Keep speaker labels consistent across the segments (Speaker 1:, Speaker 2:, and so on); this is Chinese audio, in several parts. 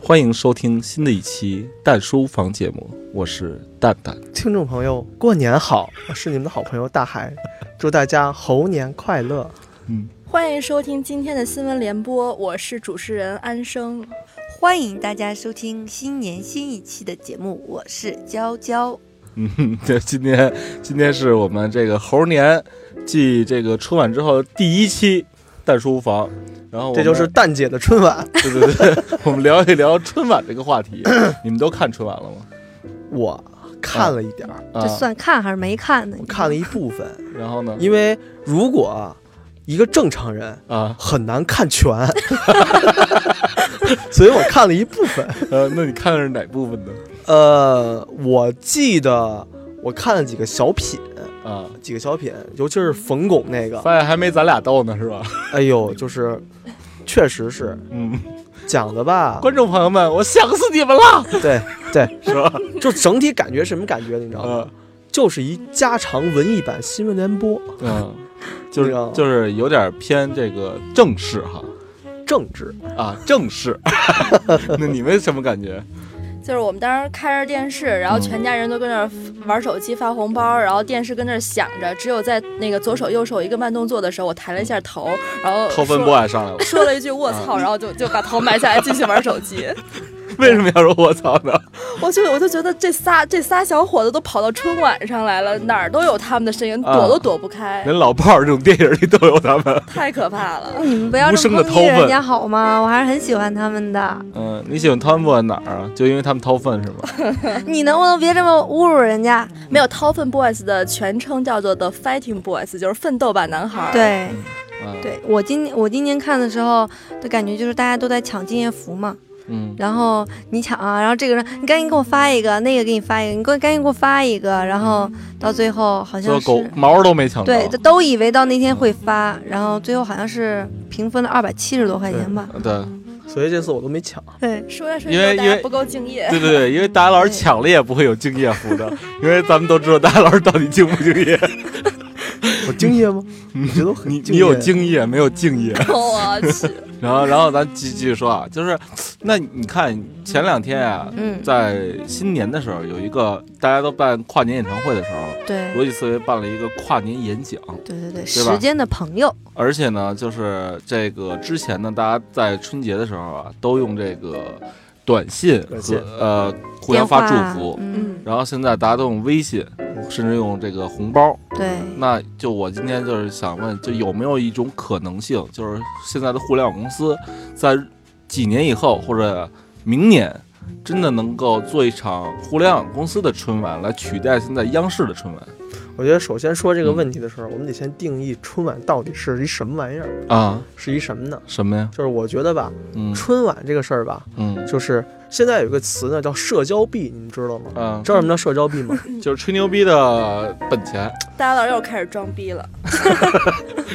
Speaker 1: 欢迎收听新的一期《蛋说无妨》节目，我是蛋蛋。
Speaker 2: 听众朋友，过年好！我是你们的好朋友大海，祝大家猴年快乐！
Speaker 1: 嗯，
Speaker 3: 欢迎收听今天的新闻联播，我是主持人安生。
Speaker 4: 欢迎大家收听新年新一期的节目，我是娇娇。
Speaker 1: 嗯，对，今天今天是我们这个猴年继这个春晚之后第一期《蛋说无妨》，然后我们
Speaker 2: 这就是蛋姐的春晚。
Speaker 1: 对对对，我们聊一聊春晚这个 话题。你们都看春晚了吗？
Speaker 2: 我看了一点儿，
Speaker 1: 啊
Speaker 4: 这，算看还是没看呢？
Speaker 2: 我看了一部分，
Speaker 1: 然后呢？
Speaker 2: 因为如果啊一个正常人
Speaker 1: 啊，
Speaker 2: 很难看 全，所以我看了一部分。
Speaker 1: 呃，那你看的是哪部分呢？
Speaker 2: 呃，我记得我看了几个小品，
Speaker 1: 啊，
Speaker 2: 几个小品，尤其是冯巩那个，
Speaker 1: 发现还没咱俩逗呢，是吧？
Speaker 2: 哎呦，就是确实是
Speaker 1: 嗯，
Speaker 2: 讲的吧，
Speaker 1: 观众朋友们，我想死你们了，
Speaker 2: 对对，
Speaker 1: 是吧？
Speaker 2: 就整体感觉什么感觉，你知道吗？
Speaker 1: 嗯
Speaker 2: 就是一加长文艺版新闻联播，
Speaker 1: 嗯，就是
Speaker 2: 那个
Speaker 1: 就是有点偏这个正式哈
Speaker 2: 政治
Speaker 1: 啊，正式。 那你们什么感觉？
Speaker 3: 就是我们当时开着电视，然后全家人都跟那儿玩手机发红包，然后电视跟那儿响着，只有在那个左手右手一个慢动作的时候，我抬了一下头，然后
Speaker 1: 扣分
Speaker 3: 说
Speaker 1: 不爱上来了，
Speaker 3: 呃说了一句“卧槽”，然后就就把头埋下来继续玩手机。
Speaker 1: 为什么要说我操呢？
Speaker 3: 我就我就觉得这仨这仨小伙子都跑到春晚上来了，哪儿都有他们的身影，
Speaker 1: 啊
Speaker 3: 躲都躲不开，
Speaker 1: 连老炮儿这种电影里都有他们。
Speaker 3: 太可怕了。
Speaker 4: 你嗯们不要
Speaker 1: 无
Speaker 4: 这
Speaker 1: 声
Speaker 4: 么
Speaker 1: 地
Speaker 4: 抨击
Speaker 1: 掏粪
Speaker 4: 人家好吗？我还是很喜欢他们的。
Speaker 1: 嗯，你喜欢他们不哪儿啊？就因为他们掏粪是吗？
Speaker 4: 你能不能别这么侮辱人家？
Speaker 3: 没有掏粪 boys 的全称叫做 The Fighting Boys，就是奋斗吧男孩。，
Speaker 4: 对
Speaker 1: 啊，，
Speaker 4: 对，我今我今年看的时候的感觉就是大家都在抢敬业福嘛，
Speaker 1: 嗯，
Speaker 4: 然后你抢啊，然后这个人你赶紧给我发一个，那个给你发一个，你给我赶紧给我发一个，然后到最后好像
Speaker 1: 说
Speaker 4: 是
Speaker 1: 狗毛都没抢着。
Speaker 4: 对，都以为到那天会发，然后最后好像是平分了二百七十多块钱吧。
Speaker 1: 对
Speaker 2: 所以这次我都没抢。
Speaker 4: 对，
Speaker 3: 说来说
Speaker 1: 因为
Speaker 3: 去大
Speaker 1: 因
Speaker 3: 家
Speaker 1: 为
Speaker 3: 不够 敬业。
Speaker 1: 对对对，因为大家老师抢了也不会有敬业福的，因为咱们都知道大家老师到底敬不敬业。
Speaker 2: 我敬业吗？我觉得我很
Speaker 1: 你
Speaker 2: 敬
Speaker 1: 你有
Speaker 2: 业
Speaker 1: 敬业没有敬业？
Speaker 3: 我去，
Speaker 1: 然后然后咱继继续说啊，就是那你看前两天啊，
Speaker 4: 嗯，
Speaker 1: 在新年的时候有一个大家都办跨年演唱会的时候，
Speaker 4: 对，
Speaker 1: 逻辑思维办了一个跨年演讲，
Speaker 4: 对对对，
Speaker 1: 吧
Speaker 4: 时间的朋友，
Speaker 1: 而且呢，就是这个之前呢，大家在春节的时候啊，都用这个短信
Speaker 2: 短
Speaker 1: 和
Speaker 2: 信
Speaker 1: 呃互相
Speaker 4: 电话
Speaker 1: 发祝福，
Speaker 4: 嗯，
Speaker 1: 然后现在大家都用微信，甚至用这个红包。
Speaker 4: 对，
Speaker 1: 那就我今天就是想问，就有没有一种可能性，就是现在的互联网公司在几年以后或者明年，真的能够做一场互联网公司的春晚，来取代现在央视的春晚
Speaker 2: 我觉得首先说这个
Speaker 1: 嗯
Speaker 2: 问题的时候，我们得先定义春晚到底是一什么玩意儿，
Speaker 1: 啊？
Speaker 2: 是一什么呢？
Speaker 1: 什么呀？
Speaker 2: 就是我觉得吧，
Speaker 1: 嗯
Speaker 2: 春晚这个事儿吧，
Speaker 1: 嗯
Speaker 2: 就是现在有一个词呢叫社交币，你们知道吗？
Speaker 1: 啊，
Speaker 2: 知道什么叫社交币 吗？
Speaker 1: 就是吹牛逼的本钱。
Speaker 3: 大家老师又开始装逼了。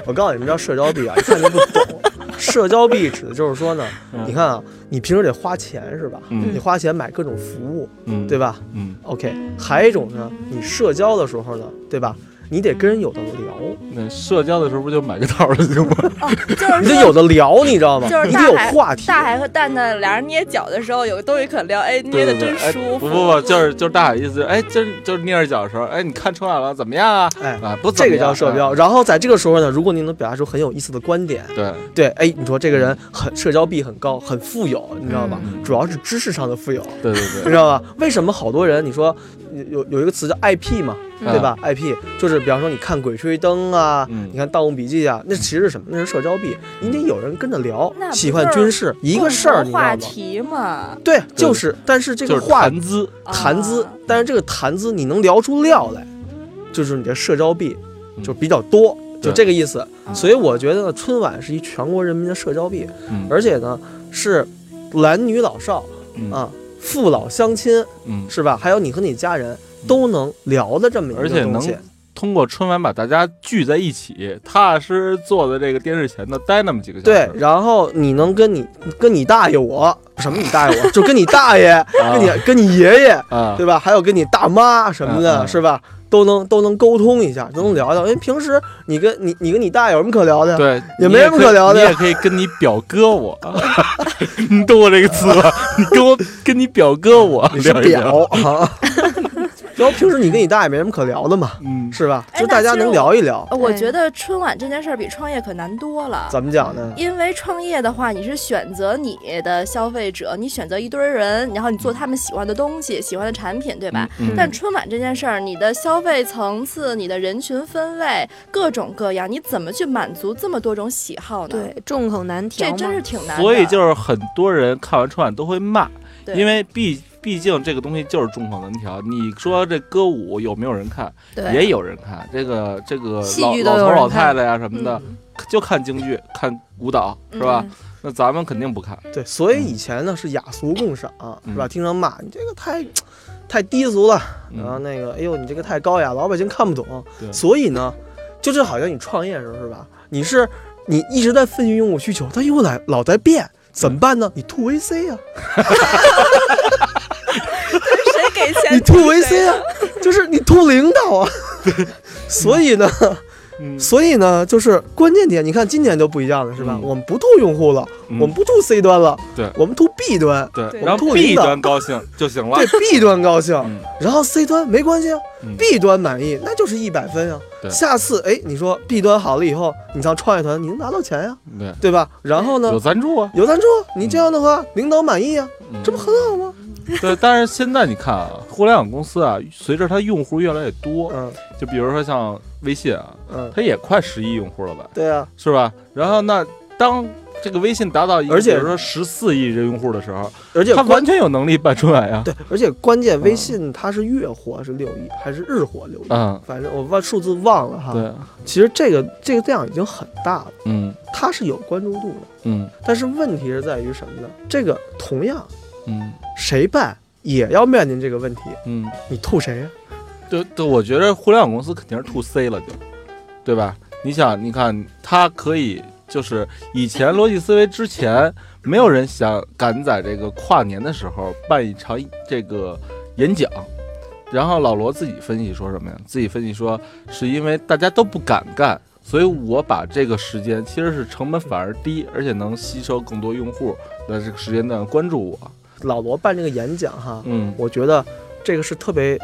Speaker 2: 我告诉你们，叫社交币啊，一看就不 懂。社交币指的就是说呢，
Speaker 1: 嗯
Speaker 2: 你看啊，你平时得花钱是吧？
Speaker 1: 嗯
Speaker 2: 你花钱买各种服务，
Speaker 1: 嗯，
Speaker 2: 对？吧
Speaker 1: 嗯，
Speaker 2: ？OK，还有一种呢，你社交的时候呢，对吧？你得跟人有的聊，
Speaker 1: 那社交的时候不就买个套儿就行 吗？
Speaker 3: 哦， 就是
Speaker 2: 你得有
Speaker 3: 说。
Speaker 2: 的聊，你知道吗？
Speaker 3: 就是
Speaker 2: 你得有
Speaker 3: 大海
Speaker 2: 话题。
Speaker 3: 大海和蛋蛋俩人捏脚的时候，有个东西可聊，哎，捏
Speaker 1: 对
Speaker 3: 的
Speaker 1: 对对，
Speaker 3: 真
Speaker 1: 哎
Speaker 3: 舒
Speaker 1: 不
Speaker 3: 服。
Speaker 1: 不不，就是就是大海意思就是，哎，就是就是捏着脚的时候，哎，你看春晚了怎么样啊？
Speaker 2: 哎，
Speaker 1: 啊，不怎
Speaker 2: 这
Speaker 1: 么
Speaker 2: 个
Speaker 1: 样
Speaker 2: 叫社
Speaker 1: 啊
Speaker 2: 交。然后在这个时候呢，如果你能表达出很有意思的观点，
Speaker 1: 对，
Speaker 2: 对，哎，你说这个人很社交币很高，很富有，你知道吧？
Speaker 1: 嗯
Speaker 2: 主要是知识上的富有，
Speaker 1: 对
Speaker 2: 你
Speaker 1: 对
Speaker 2: 知道吧？为什么好多人你说有有有一个词叫 IP 嘛，
Speaker 1: 对，
Speaker 4: 嗯
Speaker 2: 对吧？IP 就是比方说你看《鬼吹灯》啊，
Speaker 1: 嗯
Speaker 2: 你看《盗墓笔记》啊，那其实是什么？那是社交币，你得有人跟着聊
Speaker 3: 那，不
Speaker 2: 喜欢
Speaker 3: 就是
Speaker 2: 军事一个事儿，你知道
Speaker 3: 话
Speaker 2: 吗？
Speaker 3: 题嘛，
Speaker 2: 对，就是，但是这
Speaker 1: 嗯？
Speaker 2: 个
Speaker 1: 就是
Speaker 2: 话
Speaker 1: 谈资，
Speaker 2: 谈资
Speaker 3: 啊，
Speaker 2: 但是这个谈资你能聊出料来，就是你的社交币就比较多，就
Speaker 1: 嗯对
Speaker 2: 这个意思。
Speaker 3: 啊
Speaker 2: 所以我觉得呢，春晚是一全国人民的社交币，
Speaker 1: 嗯
Speaker 2: 而且呢是男女老少
Speaker 1: 嗯
Speaker 2: 啊，父老乡亲
Speaker 1: 嗯，
Speaker 2: 是吧？还有你和你家人都能聊的这么一
Speaker 1: 而
Speaker 2: 个
Speaker 1: 且
Speaker 2: 东
Speaker 1: 能
Speaker 2: 西。
Speaker 1: 通过春晚把大家聚在一起，踏踏实实坐在这个电视前头待那么几个小
Speaker 2: 对
Speaker 1: 时。，
Speaker 2: 然后你能跟你跟你大爷我什么你大爷我就跟你大爷、
Speaker 1: 啊，
Speaker 2: 跟你跟你爷爷
Speaker 1: 啊，
Speaker 2: 对吧？还有跟你大妈什么
Speaker 1: 嗯
Speaker 2: 的，
Speaker 1: 嗯
Speaker 2: 是吧？都能都能沟通一下，都能聊聊。因为平时你跟你你跟你大爷有什么可聊的？呀？
Speaker 1: 对，
Speaker 2: 也
Speaker 1: 你
Speaker 2: 没什么可
Speaker 1: 以
Speaker 2: 聊的
Speaker 1: 你也可以跟你表哥我， 你懂我这个词吧？你跟我跟你表哥我
Speaker 2: 你是
Speaker 1: 聊一聊，
Speaker 2: 表啊。 然后平时你跟你大爷没什么可聊的嘛，
Speaker 1: 嗯，
Speaker 2: 是吧？
Speaker 3: 哎
Speaker 2: 就大家能聊一聊。
Speaker 3: 呃我
Speaker 4: 对
Speaker 3: 觉得春晚这件事儿比创业可难多了。
Speaker 2: 怎么讲呢？
Speaker 3: 因为创业的话，你是选择你的消费者，你选择一堆人，然后你做他们喜欢的东西、喜欢的产品，对吧？
Speaker 1: 嗯
Speaker 3: 但春晚这件事儿，你的消费层次、你的人群分类各种各样，你怎么去满足这么多种喜好呢？，
Speaker 4: 对，众口难调
Speaker 3: 这
Speaker 4: 嘛。
Speaker 3: 真是挺难的。
Speaker 1: 所以就是很多人看完春晚都会骂，
Speaker 3: 对
Speaker 1: 因为毕毕竟这个东西就是众口难调。你说这歌舞有没有人看？
Speaker 4: 对
Speaker 1: 也有人看。这个这个
Speaker 4: 戏
Speaker 1: 老
Speaker 4: 剧都
Speaker 1: 老
Speaker 4: 有
Speaker 1: 头
Speaker 4: 人
Speaker 1: 老太
Speaker 4: 看
Speaker 1: 太呀、什么的，
Speaker 3: 嗯
Speaker 1: 就看京剧、看舞蹈是吧？
Speaker 3: 嗯
Speaker 1: 那咱们肯定不看。
Speaker 2: 对，所以以前呢是雅俗共赏，是吧？
Speaker 1: 嗯
Speaker 2: 经常骂你这个太太低俗了，然后
Speaker 1: 嗯，
Speaker 2: 那个，哎呦，你这个太高雅，老百姓看不懂。
Speaker 1: 对
Speaker 2: 所以呢，就这好像你创业的时候是吧？你是你一直在分析用户需求，但又来老在变，怎么办
Speaker 1: 嗯
Speaker 2: 呢？你吐 VC 啊，
Speaker 3: 谁给钱？
Speaker 2: 你吐 VC 啊，就是你吐领导啊。所以呢，
Speaker 1: 嗯
Speaker 2: 所以呢，就是关键点，你看今年就不一样了，是吧？
Speaker 1: 嗯
Speaker 2: 我们不吐用户了，
Speaker 1: 嗯
Speaker 2: 我们不吐 C 端了，
Speaker 1: 对
Speaker 2: 我们吐 B 端。
Speaker 1: 对，
Speaker 2: 我
Speaker 1: 然
Speaker 2: 们
Speaker 1: 后
Speaker 2: 吐领
Speaker 1: B
Speaker 2: 导
Speaker 1: 端高兴 就行了
Speaker 2: 对。B 端高兴，
Speaker 1: 嗯
Speaker 2: 然后 C 端没关系啊、
Speaker 1: 嗯
Speaker 2: b 端满意那就是一百分啊。
Speaker 1: 对
Speaker 2: 下次哎，你说 B 端好了以后，你上创业团你能拿到钱呀、
Speaker 1: 对，
Speaker 2: 对吧？然后
Speaker 1: 嗯有
Speaker 2: 呢，
Speaker 1: 赞助啊，
Speaker 2: 有赞助，你这样的话、领导满意啊，
Speaker 1: 嗯
Speaker 2: 这不很好吗？
Speaker 1: 对。但是现在你看啊，互联网公司啊，随着它用户越来越多，
Speaker 2: 嗯
Speaker 1: 就比如说像微信啊，
Speaker 2: 嗯，
Speaker 1: 它也快十亿用户了吧？
Speaker 2: 对啊，
Speaker 1: 是吧？然后那当这个微信达到一个，
Speaker 2: 而且
Speaker 1: 比如说十四亿人用户的时候，
Speaker 2: 而且
Speaker 1: 它
Speaker 2: 关
Speaker 1: 完全有能力办啊春晚呀。
Speaker 2: 对，而且关键
Speaker 1: 嗯
Speaker 2: 微信它是月活是六亿还是日活六亿？
Speaker 1: 嗯，
Speaker 2: 反正我忘数字忘了哈。，
Speaker 1: 对，
Speaker 2: 其实这个这个量已经很大了，
Speaker 1: 嗯
Speaker 2: 它是有关注度的。
Speaker 1: 嗯
Speaker 2: 但是问题是在于什么呢？这个同样
Speaker 1: 嗯
Speaker 2: 谁办也要面临这个问题，
Speaker 1: 嗯，
Speaker 2: 你吐谁呀、
Speaker 1: 对对，我觉得互联网公司肯定是 to C 了，就，对吧？你想，你看，它可以就是以前逻辑思维之前，没有人想敢在这个跨年的时候办一场这个演讲。然后老罗自己分析说什么呀？自己分析说，是因为大家都不敢干，所以我把这个时间其实是成本反而低，而且能吸收更多用户的这个时间段关注我。
Speaker 2: 老罗办这个演讲哈，
Speaker 1: 嗯
Speaker 2: 我觉得这个是特别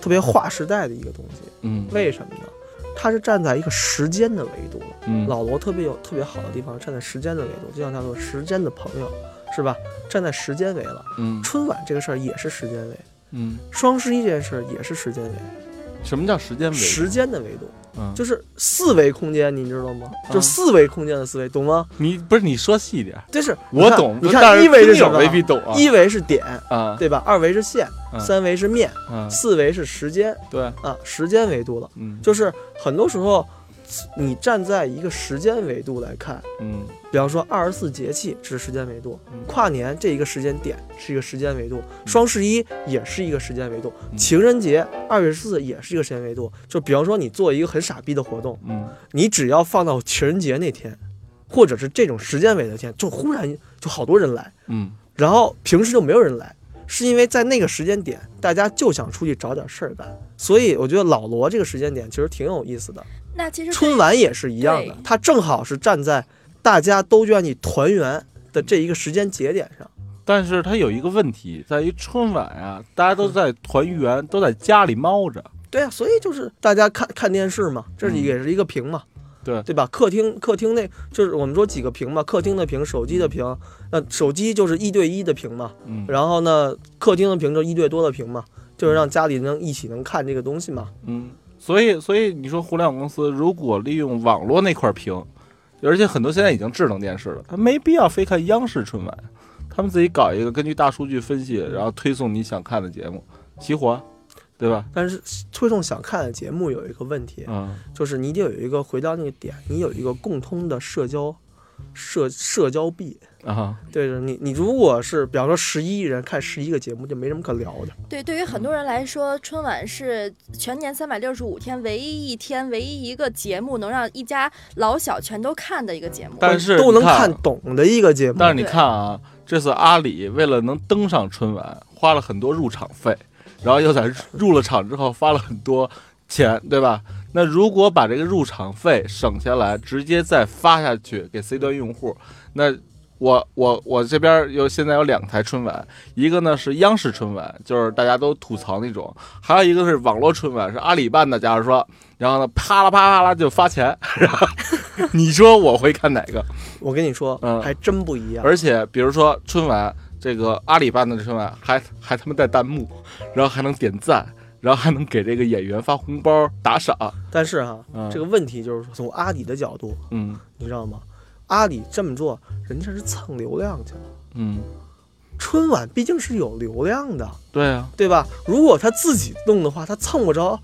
Speaker 2: 特别划时代的一个东西。
Speaker 1: 嗯，
Speaker 2: 为什么呢？它是站在一个时间的维度。
Speaker 1: 嗯
Speaker 2: 老罗特别有特别好的地方，站在时间的维度，就像他说，时间的朋友，是吧？站在时间维了。
Speaker 1: 嗯
Speaker 2: 春晚这个事儿也是时间维，
Speaker 1: 嗯，
Speaker 2: 双十一这件事儿也是时间维，
Speaker 1: 什么叫时间维度？
Speaker 2: 时间的维度
Speaker 1: 嗯，
Speaker 2: 就是四维空间，你知道吗？
Speaker 1: 啊
Speaker 2: 就四维空间的思维，懂吗？
Speaker 1: 你不是你说细一点。
Speaker 2: 就是你
Speaker 1: 我
Speaker 2: 看
Speaker 1: 懂，
Speaker 2: 你
Speaker 1: 但
Speaker 2: 看
Speaker 1: 是
Speaker 2: 一维
Speaker 1: 听
Speaker 2: 是什
Speaker 1: 友
Speaker 2: 么？
Speaker 1: 未必懂啊。
Speaker 2: 一维是点，
Speaker 1: 啊，
Speaker 2: 对吧？二维是线，
Speaker 1: 嗯
Speaker 2: 三维是面，
Speaker 1: 嗯，
Speaker 2: 四维是时间
Speaker 1: 对，
Speaker 2: 啊，时间维度了。
Speaker 1: 嗯，
Speaker 2: 就是很多时候，你站在一个时间维度来看，
Speaker 1: 嗯
Speaker 2: 比方说二十四节气是时间维度，
Speaker 1: 嗯
Speaker 2: 跨年这一个时间点是一个时间维度，双十一也是一个时间维度，
Speaker 1: 嗯
Speaker 2: 情人节二月十四也是一个时间维度。就比方说你做一个很傻逼的活动，
Speaker 1: 嗯
Speaker 2: 你只要放到情人节那天，或者是这种时间维的天，就忽然就好多人来。
Speaker 1: 嗯
Speaker 2: 然后平时就没有人来，是因为在那个时间点，大家就想出去找点事儿干。所以我觉得老罗这个时间点其实挺有意思的，
Speaker 3: 那其实
Speaker 2: 春晚也是一样的
Speaker 3: 对，
Speaker 2: 他正好是站在大家都愿意团圆的这一个时间节点上。
Speaker 1: 但是它有一个问题，在于春晚啊，大家都在团圆，都在家里猫着。
Speaker 2: 对啊，所以就是大家看看电视嘛，这是
Speaker 1: 嗯
Speaker 2: 也是一个屏嘛，
Speaker 1: 对
Speaker 2: 对吧？客厅客厅那就是我们说几个屏嘛，客厅的屏，手机的屏，那手机就是一对一的屏嘛，
Speaker 1: 嗯
Speaker 2: 然后呢，客厅的屏就一对多的屏嘛，就是让家里能一起能看这个东西嘛。
Speaker 1: 嗯，所以所以你说互联网公司如果利用网络那块屏，而且很多现在已经智能电视了，它没必要非看央视春晚，他们自己搞一个，根据大数据分析，然后推送你想看的节目，齐活，对吧？
Speaker 2: 但是推送想看的节目有一个问题，
Speaker 1: 嗯
Speaker 2: 就是你得有一个回到那个点，你有一个共通的社交社社交币。
Speaker 1: 啊，
Speaker 2: 对着你，你如果是比方说十一亿人看十一个节目，就没什么可聊的。
Speaker 3: 对，对于很多人来说，春晚是全年三百六十五天唯一一天、唯一一个节目能让一家老小全都看的一个节目。
Speaker 1: 但是
Speaker 2: 都能
Speaker 1: 你看
Speaker 2: 看懂的一个节目。
Speaker 1: 但是你看啊，这次阿里为了能登上春晚，花了很多入场费，然后又在入了场之后发了很多钱，对吧？那如果把这个入场费省下来，直接再发下去给 C 端用户，那我我我这边有现在有两台春晚，一个呢是央视春晚，就是大家都吐槽那种，还有一个是网络春晚，是阿里办的。假如说，然后呢啪啦啪啦啦就发钱，然后你说我会看哪个？
Speaker 2: 我跟你说，
Speaker 1: 嗯
Speaker 2: 还真不一样。
Speaker 1: 而且比如说春晚，这个阿里办的春晚还还他妈带弹幕，然后还能点赞，然后还能给这个演员发红包打赏，
Speaker 2: 但是哈，
Speaker 1: 嗯
Speaker 2: 这个问题就是说，从阿里的角度，
Speaker 1: 嗯
Speaker 2: 你知道吗？阿里这么做，人家是蹭流量去了。
Speaker 1: 嗯，
Speaker 2: 春晚毕竟是有流量的，
Speaker 1: 对啊，
Speaker 2: 对吧？如果他自己弄的话，他蹭不着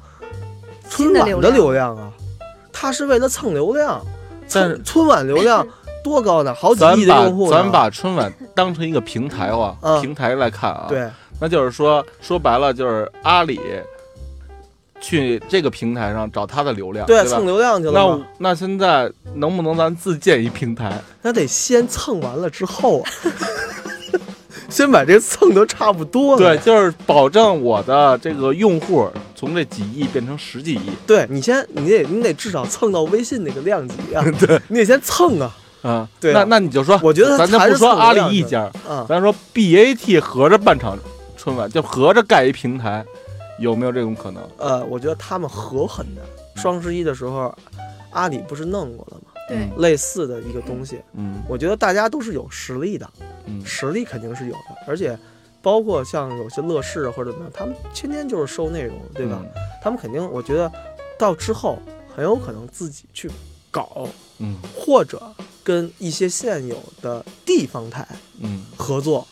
Speaker 2: 春
Speaker 4: 新的
Speaker 2: 晚
Speaker 4: 流
Speaker 2: 的
Speaker 4: 量
Speaker 2: 流量啊。他是为了蹭流量，
Speaker 1: 但是
Speaker 2: 蹭春晚流
Speaker 4: 哎
Speaker 2: 量多高呢？好几
Speaker 1: 咱
Speaker 2: 亿的用户
Speaker 1: 把
Speaker 2: 呢
Speaker 1: 咱把春晚当成一个平台啊，
Speaker 2: 嗯
Speaker 1: 平台来看啊，，
Speaker 2: 对
Speaker 1: 那就是说说白了就是阿里去这个平台上找他的流量，
Speaker 2: 对
Speaker 1: 对
Speaker 2: 啊
Speaker 1: 吧
Speaker 2: 蹭？流量去了
Speaker 1: 那
Speaker 2: 嘛。
Speaker 1: 那现在能不能咱自建一平台？
Speaker 2: 那得先蹭完了之后 啊，先把这蹭都差不多了
Speaker 1: 对，。就是保证我的这个用户从这几亿变成十几亿，
Speaker 2: 对你先，你得你得至少蹭到微信那个量级 啊，对你得先蹭啊，
Speaker 1: 啊，
Speaker 2: 对啊
Speaker 1: 那那你就说，
Speaker 2: 我觉得
Speaker 1: 咱就
Speaker 2: 还
Speaker 1: 不
Speaker 2: 是
Speaker 1: 说
Speaker 2: 蹭流
Speaker 1: 阿
Speaker 2: 量
Speaker 1: 里一
Speaker 2: 的
Speaker 1: 家，
Speaker 2: 啊，
Speaker 1: 咱说 BAT 合着办场春晚，就合着盖一平台，有没有这种可能？
Speaker 2: 呃，我觉得他们合很难。双十一的时候，阿里不是弄过了吗？
Speaker 3: 对，
Speaker 2: 类似的一个东西，
Speaker 1: 嗯
Speaker 2: 我觉得大家都是有实力的，
Speaker 1: 嗯
Speaker 2: 实力肯定是有的，而且包括像有些乐视啊或者怎么样，他们天天就是收内容，对
Speaker 1: 嗯
Speaker 2: 吧？？他们肯定，我觉得到之后很有可能自己去搞，
Speaker 1: 嗯
Speaker 2: 或者跟一些现有的地方台
Speaker 1: 嗯，
Speaker 2: 合作，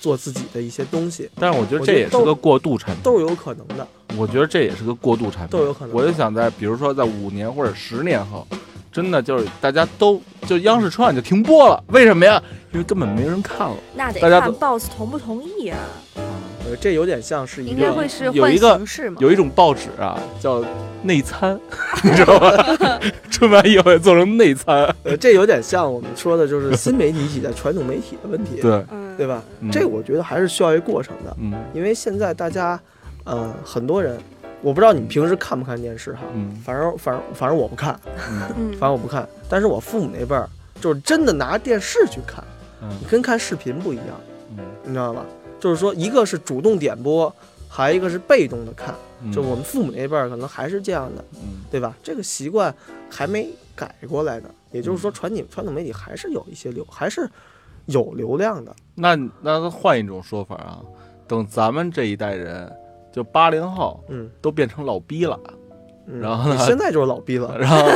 Speaker 2: 做自己的一些东西，
Speaker 1: 但是我觉得
Speaker 2: 我觉
Speaker 1: 这
Speaker 2: 得
Speaker 1: 也是
Speaker 2: 都
Speaker 1: 个过渡产品，
Speaker 2: 都是有可能的。
Speaker 1: 我觉得这也是个过渡产品，
Speaker 2: 都有可能
Speaker 1: 我就想在，比如说在五年或者十年后。真的就是大家都就央视春晚就停播了，为什么呀？因为根本没人看了。
Speaker 3: 那得
Speaker 1: 大家
Speaker 3: 看
Speaker 1: 都
Speaker 3: boss 同不同意啊。
Speaker 2: 呃，这有点像是一
Speaker 4: 应该
Speaker 2: 个
Speaker 4: 会是
Speaker 1: 嗯有
Speaker 4: 换
Speaker 1: 一个
Speaker 4: 形式嘛？
Speaker 1: 有一种报纸啊，叫内参， 你知道吧？ 春晚也会做成内参。
Speaker 2: 呃，这有点像我们说的，就是新媒体 的传统媒体的问题，
Speaker 1: 对，
Speaker 4: 嗯，
Speaker 2: 对吧？
Speaker 1: 嗯
Speaker 2: 这我觉得还是需要一个过程的，
Speaker 1: 嗯
Speaker 2: 因为现在大家，呃，很多人，我不知道你们平时看不看电视哈，
Speaker 1: 嗯
Speaker 2: 反正反正反正我不看，
Speaker 1: 嗯
Speaker 3: 嗯
Speaker 2: 反正我不看，但是我父母那辈儿就是真的拿电视去看，
Speaker 1: 嗯
Speaker 2: 你跟看视频不一样，
Speaker 1: 嗯
Speaker 2: 你知道吧？就是说，一个是主动点播，还有一个是被动的看，
Speaker 1: 嗯，
Speaker 2: 就我们父母那辈儿可能还是这样的，
Speaker 1: 嗯
Speaker 2: 对吧？这个习惯还没改过来呢。也就是
Speaker 1: 嗯
Speaker 2: 说，传统传统媒体还是有一些流，还是有流量的。
Speaker 1: 那那换一种说法啊，等咱们这一代人，就八零后
Speaker 2: 嗯，
Speaker 1: 都变成老逼 了，
Speaker 2: 嗯
Speaker 1: 然后呢
Speaker 2: 你现在就是老逼 了，
Speaker 1: 然后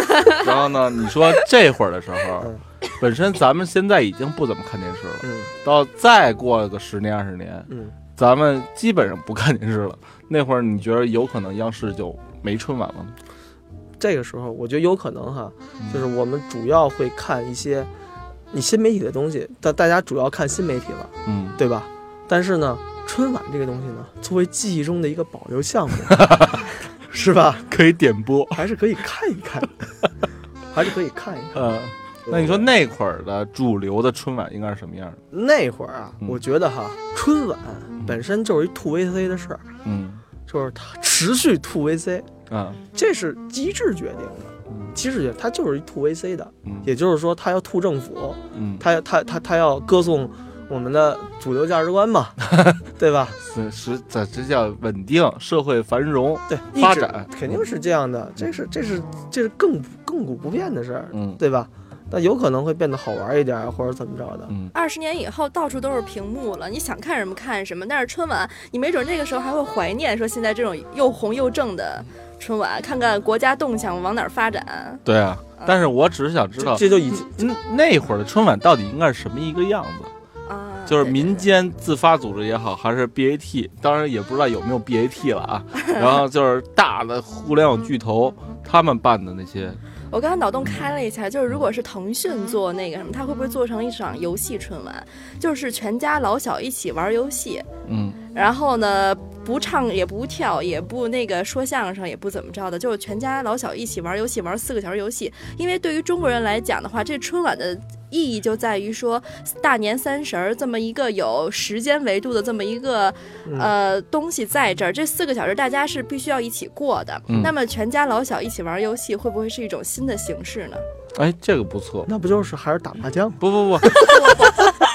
Speaker 1: 然后呢，你说这会儿的时候
Speaker 2: 嗯，
Speaker 1: 本身咱们现在已经不怎么看电视了，
Speaker 2: 嗯
Speaker 1: 到再过个十年二十年，
Speaker 2: 嗯，
Speaker 1: 咱们基本上不看电视了。那会儿你觉得有可能央视就没春晚了吗？
Speaker 2: 这个时候我觉得有可能哈，
Speaker 1: 嗯
Speaker 2: 就是我们主要会看一些你新媒体的东西，但大家主要看新媒体了，
Speaker 1: 嗯，
Speaker 2: 对吧？但是呢，春晚这个东西呢，作为记忆中的一个保留项目， 是吧？
Speaker 1: 可以点播。
Speaker 2: 还是可以看一看，还是可以看一看。
Speaker 1: 呃，那你说那会儿的主流的春晚应该是什么样的？
Speaker 2: 那会儿啊，
Speaker 1: 嗯
Speaker 2: 我觉得哈，春晚本身就是一吐 VC 的事儿，
Speaker 1: 嗯
Speaker 2: 就是它持续吐 VC，
Speaker 1: 啊
Speaker 2: 这是机制决定的。
Speaker 1: 嗯
Speaker 2: 机制决定它就是一吐 VC 的，
Speaker 1: 嗯
Speaker 2: 也就是说，它要吐政府，
Speaker 1: 嗯，
Speaker 2: 它它它它要歌颂我们的主流价值观 嘛，对吧？
Speaker 1: 是是这这叫稳定社会繁荣。
Speaker 2: 对，一
Speaker 1: 发
Speaker 2: 直
Speaker 1: 展
Speaker 2: 肯定是这样的，这是这是这是亘亘古不变的事儿，
Speaker 1: 嗯
Speaker 2: 对吧？那有可能会变得好玩一点儿，或者怎么着的。
Speaker 1: 嗯，
Speaker 3: 二十年以后，到处都是屏幕了，你想看什么看什么。但是春晚，你没准那个时候还会怀念说现在这种又红又正的春晚，看看国家动向往哪儿发展。
Speaker 1: 对啊。但是我只是想知
Speaker 2: 这
Speaker 1: 道，
Speaker 2: 这就已经
Speaker 1: 嗯那会儿的春晚到底应该是什么一个样子？
Speaker 3: 啊，
Speaker 1: 就是
Speaker 3: 对
Speaker 1: 民。间自发组织也好，还是 BAT，当然也不知道有没有 BAT 了啊。然后就是大的互联网巨头他们办的那些
Speaker 3: 对我刚才脑洞开了一下，就是如果是腾讯做那个什么，它会不会做成一场游戏春晚？就是全家老小一起玩游戏，
Speaker 1: 嗯，
Speaker 3: 然后呢，不唱也不跳，也不那个说相声，也不怎么着的，就是全家老小一起玩游戏，玩四个小时游戏。因为对于中国人来讲的话，这春晚的意义就在于说，大年三十儿这么一个有时间维度的这么一个
Speaker 2: 嗯
Speaker 3: 呃东西在这儿，这四个小时大家是必须要一起过的。
Speaker 1: 嗯
Speaker 3: 那么全家老小一起玩游戏，会不会是一种新的形式呢？
Speaker 1: 哎，这个不错。
Speaker 2: 那不就是还是打麻将吗？
Speaker 1: 不不不，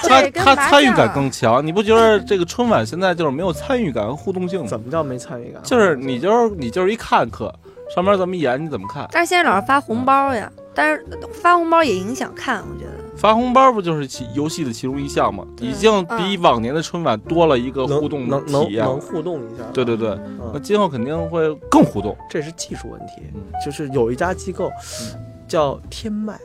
Speaker 1: 他
Speaker 3: 这跟
Speaker 1: 他
Speaker 3: 麻
Speaker 1: 参与
Speaker 3: 将
Speaker 1: 感更强，你不觉得这个春晚现在就是没有参与感和互动性吗
Speaker 2: 怎？么叫没参与感？
Speaker 3: 啊
Speaker 1: 就是你就是你就是一看课，上面咱们一演你怎么看？
Speaker 4: 但是现在老是发红包呀，但是发红包也影响看，我觉得。
Speaker 1: 发红包不嗯就是其游戏的其中一项吗？
Speaker 3: 对嗯
Speaker 1: 已经比往年的春晚多了一个
Speaker 2: 能
Speaker 1: 互动
Speaker 2: 能
Speaker 1: 体
Speaker 2: 能
Speaker 1: 验。
Speaker 2: 能互动一下，
Speaker 1: 对对对，那
Speaker 2: 嗯，
Speaker 1: 今后肯定会更互动。
Speaker 2: 这是技术问题
Speaker 1: 嗯。
Speaker 2: 就是有一家机构叫天脉，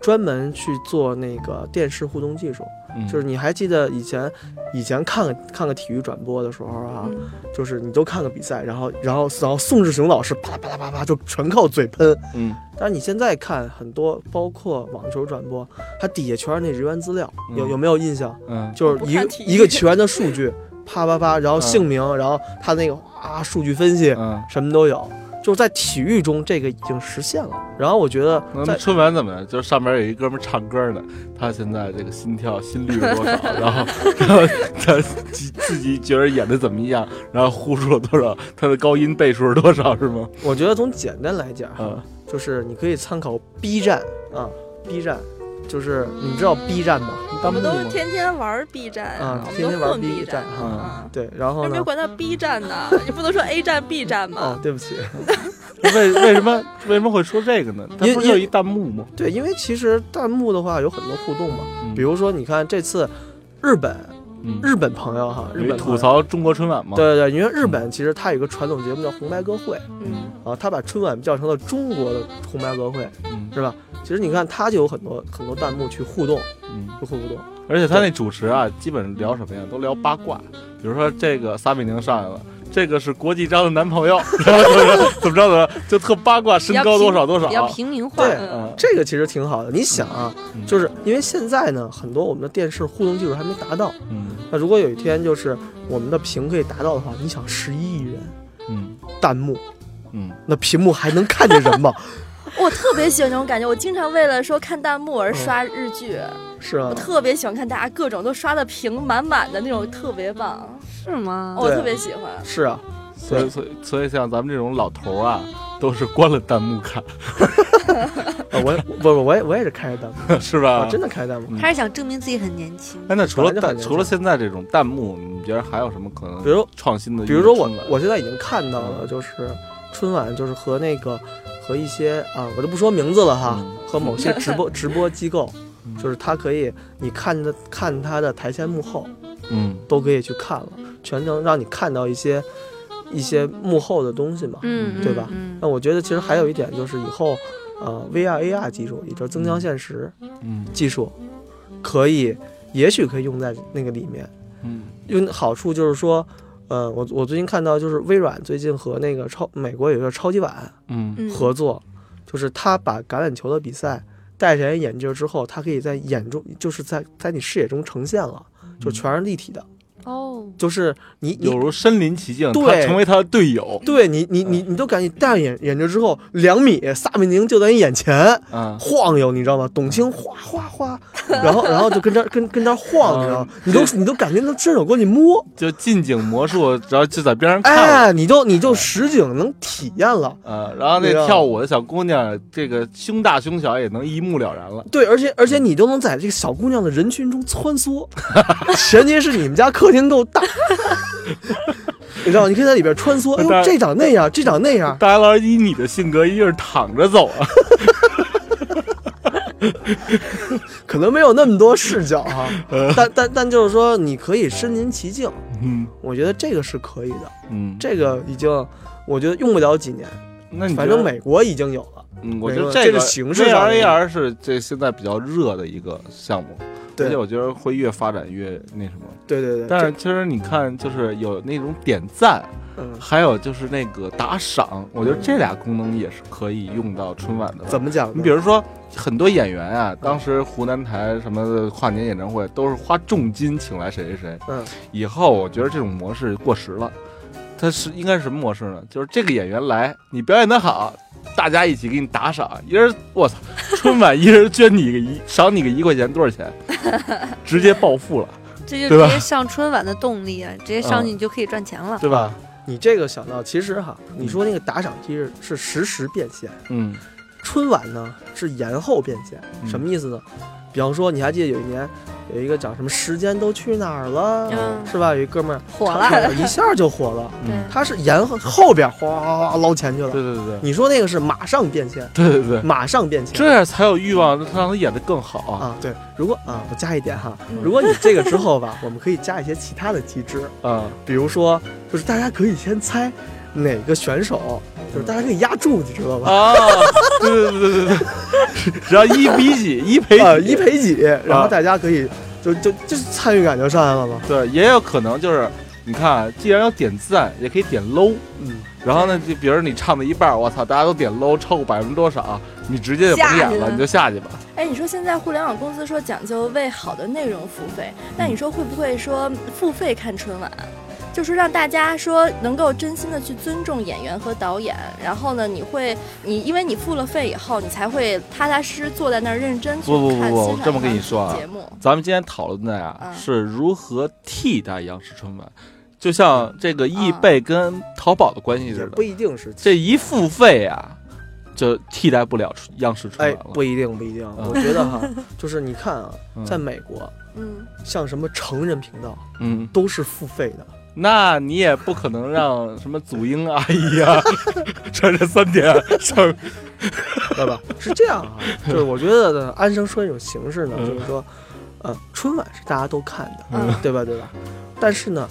Speaker 2: 专门去做那个电视互动技术。
Speaker 1: 嗯，
Speaker 2: 就是你还记得以前以前看个看个体育转播的时候啊，
Speaker 3: 嗯
Speaker 2: 就是你都看个比赛，然后然后然后宋志雄老师啪啦啪啦啪啦就全靠嘴喷。
Speaker 1: 嗯
Speaker 2: 但是你现在看很多，包括网球转播，它底下全是那人员资料，有
Speaker 1: 嗯
Speaker 2: 有没有印象？
Speaker 1: 嗯
Speaker 2: 就是一
Speaker 3: 我
Speaker 2: 个
Speaker 3: 不看体育
Speaker 2: 一个全的数据，啪啪啪，然后
Speaker 1: 嗯
Speaker 2: 姓名，然后他那个啊数据分析，
Speaker 1: 嗯，
Speaker 2: 什么都有。就是在体育中，这个已经实现了。然后我觉得
Speaker 1: 那
Speaker 2: 在
Speaker 1: 么春晚怎么样？就是上面有一哥们儿唱歌呢，他现在这个心跳心率是多少？然后然后他自自己觉得演的怎么样？然后呼出了多少？他的高音倍数是多少？是吗？
Speaker 2: 我觉得从简单来讲，
Speaker 1: 嗯
Speaker 2: 就是你可以参考 B 站啊，B 站，就是你知道 B 站吗？
Speaker 3: 我
Speaker 1: 当
Speaker 3: 们
Speaker 1: 幕
Speaker 3: 都
Speaker 1: 吗？
Speaker 3: 天天玩 B 站
Speaker 2: 啊
Speaker 3: 嗯我们
Speaker 2: 天
Speaker 3: 都
Speaker 2: 天玩
Speaker 3: 混
Speaker 2: B
Speaker 3: 站
Speaker 2: 站
Speaker 1: 啊
Speaker 3: 啊。
Speaker 2: 对，然后
Speaker 3: 为什么
Speaker 2: 呢？
Speaker 3: 管它 B 站呢？你不能说 A 站 B 站
Speaker 2: 哦
Speaker 3: 吗，？
Speaker 2: 对不起，
Speaker 1: 为为什么为什么会说这个呢？他
Speaker 2: 因
Speaker 1: 不是有一弹幕吗？
Speaker 2: 对，因为其实弹幕的话有很多互动嘛，
Speaker 1: 嗯
Speaker 2: 比如说你看这次日本
Speaker 1: 嗯
Speaker 2: 日本朋友哈，日本
Speaker 1: 有一
Speaker 2: 朋
Speaker 1: 吐
Speaker 2: 友。
Speaker 1: 槽中国春晚吗？嗯
Speaker 2: 对对对，因为日本其实它有一个传统节目叫红白歌会
Speaker 3: 嗯，
Speaker 2: 啊，它把春晚叫成了中国的红白歌会，
Speaker 1: 嗯
Speaker 2: 是吧？其实你看它就有很多很多弹幕去互动，
Speaker 1: 嗯。
Speaker 2: 去互动。
Speaker 1: 而且他那主持啊，基本聊什么呀？都聊八卦，比如说这个撒贝宁上来了。这个是国际章的男朋友， 然后就是怎么着怎么着，就特八卦，身高多少多少
Speaker 4: 比，较平民化。
Speaker 2: 对
Speaker 1: 哦嗯，
Speaker 2: 这个其实挺好的。你想啊，
Speaker 1: 嗯
Speaker 2: 就是因为现在呢，很多我们的电视互动技术还没达到。
Speaker 1: 嗯
Speaker 2: 那如果有一天就是我们的屏可以达到的话，你想十一亿人
Speaker 1: 嗯
Speaker 2: 弹幕，
Speaker 1: 嗯，
Speaker 2: 那屏幕还能看见 人吗？
Speaker 3: 我特别喜欢这种感觉，我经常为了说看弹幕而
Speaker 1: 嗯
Speaker 3: 刷日剧，
Speaker 2: 是啊
Speaker 3: 我，特别喜欢看大家各种都刷的屏满满的那种，特别棒，
Speaker 4: 是吗？
Speaker 1: 哦
Speaker 3: 我特别喜欢。
Speaker 2: 是啊，
Speaker 1: 所以所以所以像咱们这种老头儿啊，都是关了弹幕看，
Speaker 2: 呃我也不不，我也我也是开着弹幕，
Speaker 1: 是
Speaker 2: 我
Speaker 1: 吧？
Speaker 2: 哦真的开着弹幕。
Speaker 4: 他是想证明自己很年轻。
Speaker 1: 哎，那除了
Speaker 2: 本来就
Speaker 1: 弹，
Speaker 2: 很
Speaker 1: 除了现在这种弹幕，你觉得还有什么可能？
Speaker 2: 比如
Speaker 1: 创新的一
Speaker 2: 比
Speaker 1: 个
Speaker 2: 如说我
Speaker 1: 哎春晚，嗯
Speaker 2: 我现在已经看到了，就是春晚就是和那个和一些啊，我就不说名字了哈，
Speaker 1: 嗯
Speaker 2: 和某些直 播直播机构
Speaker 1: 嗯，
Speaker 2: 就是它可以你看的看它的台前幕后，
Speaker 1: 嗯
Speaker 2: 都可以去看了，全程让你看到一些一些幕后的东西嘛。
Speaker 4: 嗯，
Speaker 2: 对吧
Speaker 4: 嗯，
Speaker 2: 那我觉得其实还有一点就是以后，呃，VR AR 技术，也就是增强现实
Speaker 1: 嗯
Speaker 2: 技术，可以也许可以用在那个里面。
Speaker 1: 嗯
Speaker 2: 用好处就是说，呃，我我最近看到就是微软最近和那个超美国有一个超级碗
Speaker 1: 嗯
Speaker 3: 嗯，
Speaker 2: 合作，就是他把橄榄球的比赛戴上眼镜之后，它可以在眼中就是在在你视野中呈现了，就全是立体的，
Speaker 4: 哦，
Speaker 2: 就是你你
Speaker 1: 有如身临其境，他
Speaker 2: 对
Speaker 1: 成为他的队友，
Speaker 2: 对你，你你你都感觉戴上眼眼镜之后，两米，撒贝宁就在你眼前
Speaker 1: 嗯，
Speaker 2: 晃悠，你知道吗？董卿哗哗哗，然后然后就跟这儿跟跟这儿晃，你知道吗？你都你都感觉能伸手过去摸，
Speaker 1: 就近景魔术，然后就在边上看了。
Speaker 2: 哎，你就你就实景能体验了。
Speaker 1: 呃，然后那
Speaker 2: 对啊
Speaker 1: 跳舞的小姑娘，这个胸大胸小也能一目了然了。
Speaker 2: 对，而且而且你都能在这个小姑娘的人群中穿梭，前提是你们家客厅够大， 你知道吗？你可以在里边穿梭，哎
Speaker 1: 但
Speaker 2: 呦，这长那样，这长那样，
Speaker 1: 大家老师以你的性格，一定是躺着走 啊。
Speaker 2: 可能没有那么多视角哈，但但但就是说，你可以身临其境，
Speaker 1: 嗯
Speaker 2: 我觉得这个是可以的，
Speaker 1: 嗯，
Speaker 2: 这个已经我觉得用不了几年，
Speaker 1: 那你觉
Speaker 2: 反
Speaker 1: 得
Speaker 2: 正，美国已经有了。
Speaker 1: 嗯，我
Speaker 2: 美
Speaker 1: 觉得
Speaker 2: 国
Speaker 1: 这
Speaker 2: 这
Speaker 1: 个
Speaker 2: 个形式上
Speaker 1: VR AR 是这现在比较热的一个项目，
Speaker 2: 对
Speaker 1: 而且我觉得会越发展越那什么。
Speaker 2: 对对对，
Speaker 1: 但是其实你看，就是有那种点赞，
Speaker 2: 这嗯，
Speaker 1: 还有就是那个打赏，我觉得这俩功能也是可以用到春晚的吧。
Speaker 2: 怎么讲呢？
Speaker 1: 你比如说，很多演员啊，当时湖南台什么的跨年演唱会都是花重金请来谁谁谁。
Speaker 2: 嗯，
Speaker 1: 以后我觉得这种模式过时了。它是应该是什么模式呢？就是这个演员来，你表演的好，大家一起给你打赏，一人我操，春晚一人捐你一个一，赏你个一块钱，多少钱？直接暴富了，
Speaker 4: 这
Speaker 1: 对
Speaker 4: 就
Speaker 1: 吧
Speaker 4: 直接上春晚的动力啊， 直接上去你就可以赚钱了。
Speaker 1: 对吧？
Speaker 2: 你这个想到，其实哈，你说那个打赏机制是实时变现，
Speaker 1: 嗯
Speaker 2: 春晚呢是延后变现，
Speaker 1: 嗯
Speaker 2: 什么意思呢？比方说，你还记得有一年有一个讲什么“时间都去哪儿了”，
Speaker 4: 嗯
Speaker 2: 是吧？有一哥们儿
Speaker 4: 火
Speaker 2: 唱
Speaker 4: 了，
Speaker 2: 跳一下就火了，
Speaker 1: 嗯，
Speaker 2: 他是延后后边哗哗哗哗捞钱去了。
Speaker 1: 对对对
Speaker 2: 你说那个是马上变现，
Speaker 1: 对对对，
Speaker 2: 马上变现，
Speaker 1: 这样才有欲望让他演的更好啊
Speaker 2: 啊，对，如果啊，我加一点哈
Speaker 4: 嗯，
Speaker 2: 如果你这个之后吧，我们可以加一些其他的机制，
Speaker 1: 啊！
Speaker 2: 比如说，就是大家可以先猜哪个选手，就是大家可以压住，你知道吧？
Speaker 1: 啊，对对对对 对对，然后一比几，一赔
Speaker 2: 啊，
Speaker 1: 几
Speaker 2: 一赔几，然后大家可以就就就是参与感就上来了嘛。
Speaker 1: 对，也有可能就是你看，既然要点赞，也可以点 low。
Speaker 2: 嗯，
Speaker 1: 然后呢，就比如你唱到一半儿，我操，大家都点 low，超过百分之多少，啊你直接就
Speaker 4: 下
Speaker 1: 甭演
Speaker 4: 去
Speaker 1: 了，
Speaker 4: 了
Speaker 1: 你就下去吧。
Speaker 3: 哎，你说现在互联网公司说讲究为好的内容付费，那你说会不会说付费看春晚？就是让大家说能够真心的去尊重演员和导演，然后呢，你会你因为你付了费以后，你才会踏踏实实坐在那儿认真去
Speaker 1: 不不不
Speaker 3: 看
Speaker 1: 不
Speaker 3: 欣赏
Speaker 1: 这么跟
Speaker 3: 他
Speaker 1: 你说啊
Speaker 3: 节目，
Speaker 1: 咱们今天讨论的呀，
Speaker 3: 嗯
Speaker 1: 是如何替代央视春晚，就像这个易贝跟淘宝的关系
Speaker 2: 也
Speaker 1: 似
Speaker 2: 嗯不
Speaker 1: 的，
Speaker 2: 一定是，
Speaker 1: 这一付费啊，就替代不了春央视春
Speaker 2: 哎，
Speaker 1: 晚了。
Speaker 2: 不一定，不一定。
Speaker 1: 嗯
Speaker 2: 我觉得哈，就是你看啊，
Speaker 1: 嗯
Speaker 2: 在美国，
Speaker 3: 嗯，
Speaker 2: 像什么成人频道
Speaker 1: 嗯，
Speaker 2: 都是付费的，
Speaker 1: 那你也不可能让什么祖英阿姨啊， 穿着三点上
Speaker 2: 知道吧？是这样啊，就是我觉得呢安生说一种形式呢，
Speaker 1: 嗯
Speaker 2: 就是说，呃，春晚是大家都看的，
Speaker 3: 嗯
Speaker 2: 对吧？对吧？但是呢，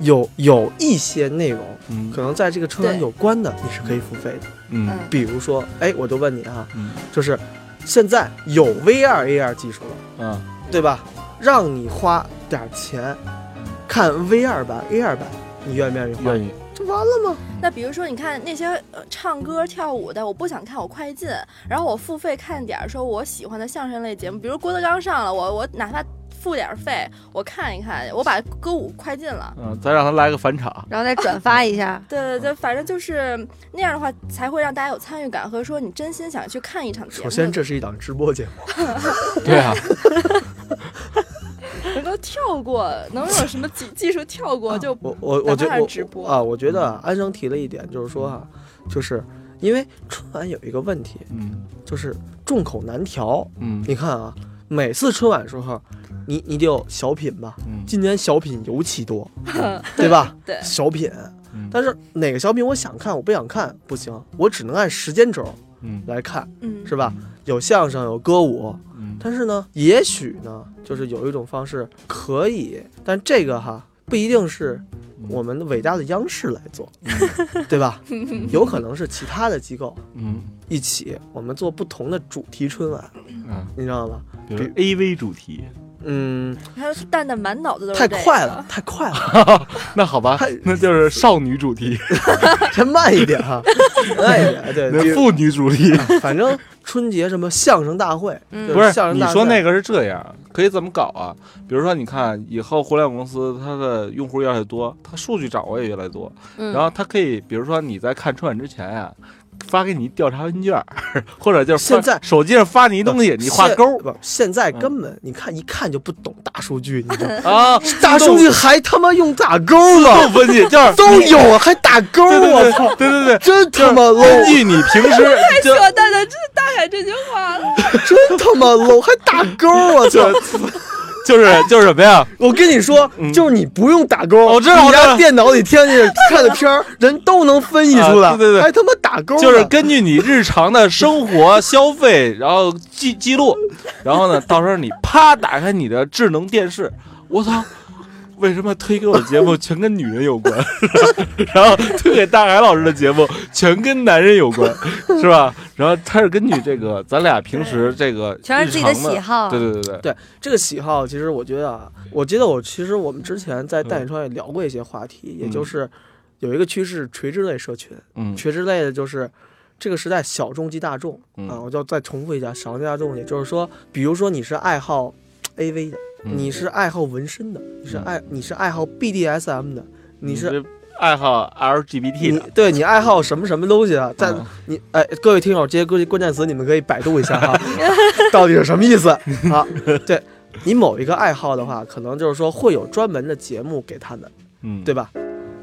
Speaker 2: 有有一些内容
Speaker 1: 嗯
Speaker 2: 可能在这个春晚
Speaker 3: 对
Speaker 2: 有关的，你是可以付费的。
Speaker 1: 嗯
Speaker 2: 比如说，哎，我就问你啊，
Speaker 1: 嗯
Speaker 2: 就是现在有 VR、AR 技术了，
Speaker 1: 嗯
Speaker 2: 对吧？让你花点儿钱看 VR 版、AR 版，你愿不愿意花？
Speaker 1: 愿意
Speaker 2: 这完了吗？
Speaker 3: 那比如说，你看那些呃唱歌跳舞的，我不想看，我快进，然后我付费看点儿，说我喜欢的相声类节目，比如郭德纲上了，我我哪怕付点儿费，我看一看，我把歌舞快进了。
Speaker 1: 嗯，咱让他来个返场。
Speaker 4: 然后再转发一下。
Speaker 3: 对对对，反正就是那样的话，才会让大家有参与感和说你真心想去看一场节目。
Speaker 2: 首先，这是一档直播节目，
Speaker 1: 对啊，
Speaker 3: 能够跳过，能有什么技技术跳过就
Speaker 2: 啊我我
Speaker 3: 哪
Speaker 2: 我觉
Speaker 3: 怕
Speaker 2: 得我
Speaker 3: 是直播
Speaker 2: 啊，我觉得啊安生提了一点，就是说啊，就是因为春晚有一个问题，
Speaker 1: 嗯
Speaker 2: 就是众口难调。
Speaker 1: 嗯
Speaker 2: 你看啊，每次春晚时候，你你得有小品吧？
Speaker 1: 嗯
Speaker 2: 今年小品尤其多，对吧？
Speaker 3: 对
Speaker 2: 小品
Speaker 1: 嗯，
Speaker 2: 但是哪个小品我想看，我不想看不行，我只能按时间轴
Speaker 1: 嗯
Speaker 2: 来看，
Speaker 3: 嗯
Speaker 2: 是吧？有相声，有歌舞，
Speaker 1: 嗯
Speaker 2: 但是呢，也许呢，就是有一种方式可以，但这个哈不一定是我们伟大的央视来 做，对吧？有可能是其他的机构
Speaker 1: 嗯
Speaker 2: 一起，我们做不同的主题春晚，
Speaker 1: 嗯，
Speaker 2: 你知道吗？
Speaker 1: 比如 A V 主题，
Speaker 2: 嗯，
Speaker 3: 还有蛋蛋满脑子都是、
Speaker 2: 太
Speaker 3: 这个、
Speaker 2: 快了，太快了，
Speaker 1: 那好吧，那就是少女主题，
Speaker 2: 先慢一点哈，慢一点，对，比如
Speaker 1: 妇女主题。
Speaker 2: 反正春节什么相声大会，
Speaker 4: 嗯
Speaker 2: 对
Speaker 1: 不是
Speaker 2: 相声
Speaker 1: 你
Speaker 2: 大
Speaker 1: 说
Speaker 2: 赛
Speaker 1: 那个是这样，可以怎么搞啊？比如说，你看以后互联网公司它的用户越来越多，它数据掌握也越来越多，
Speaker 4: 嗯，
Speaker 1: 然后它可以，比如说你在看春晚之前呀、发给你调查问卷儿， 或者就是发
Speaker 2: 现在
Speaker 1: 手机上发你一东西，你画勾嗯
Speaker 2: 现不，现在根本你看一看就不懂大数据，你知道 吗
Speaker 1: 啊，
Speaker 2: 大数据还他妈用打勾了，
Speaker 1: 不分析就是
Speaker 2: 都有啊还打勾，
Speaker 1: 对对
Speaker 2: 我
Speaker 1: 对
Speaker 2: 操，
Speaker 1: 对对对，
Speaker 2: 真他妈
Speaker 1: 根
Speaker 2: low，
Speaker 1: 据你平 时就
Speaker 3: 扯蛋蛋，这大海这句话了。
Speaker 2: 真他妈 low，还打勾，我操！
Speaker 1: 就是就是什么呀？
Speaker 2: 我跟你说，就是你不用打勾，
Speaker 1: 嗯我知道
Speaker 2: 你
Speaker 1: 我知
Speaker 2: 家
Speaker 1: 道
Speaker 2: 电脑里天天看的片儿，人都能分析出来，
Speaker 1: 啊对对对
Speaker 2: 还他妈打勾呢，
Speaker 1: 就是根据你日常的生活消费，然后记记录，然后呢，到时候你啪打开你的智能电视，我操，为什么推给我的节目全跟女人有关， 然后推给大海老师的节目全跟男人有关，是吧？然后他是根据这个咱俩平时这个
Speaker 4: 全是自己的
Speaker 1: 日常
Speaker 4: 喜好。
Speaker 1: 对对对对，
Speaker 2: 这个喜好，其实我觉得啊，我记得我其实我们之前在
Speaker 1: 嗯
Speaker 2: 带你创业聊过一些话题，也就是有一个趋势，垂直类社群，
Speaker 1: 嗯
Speaker 2: 垂直类的就是这个时代小众即大众、
Speaker 1: 嗯
Speaker 2: 啊，我就再重复一下，小众即大众，也就是说，比如说你是爱好 AV 的，
Speaker 1: 嗯
Speaker 2: 你是爱好纹身的，你是爱你是爱好 BDSM 的，你是
Speaker 1: 爱好
Speaker 2: 你
Speaker 1: LGBT 的，
Speaker 2: 对你爱好什么什么东西啊？在
Speaker 1: 嗯
Speaker 2: 你哎，各位听友，这些关关键词你们可以百度一下哈， 到底是什么意思啊？对你某一个爱好的话，可能就是说会有专门的节目给他们，
Speaker 1: 嗯
Speaker 2: 对吧？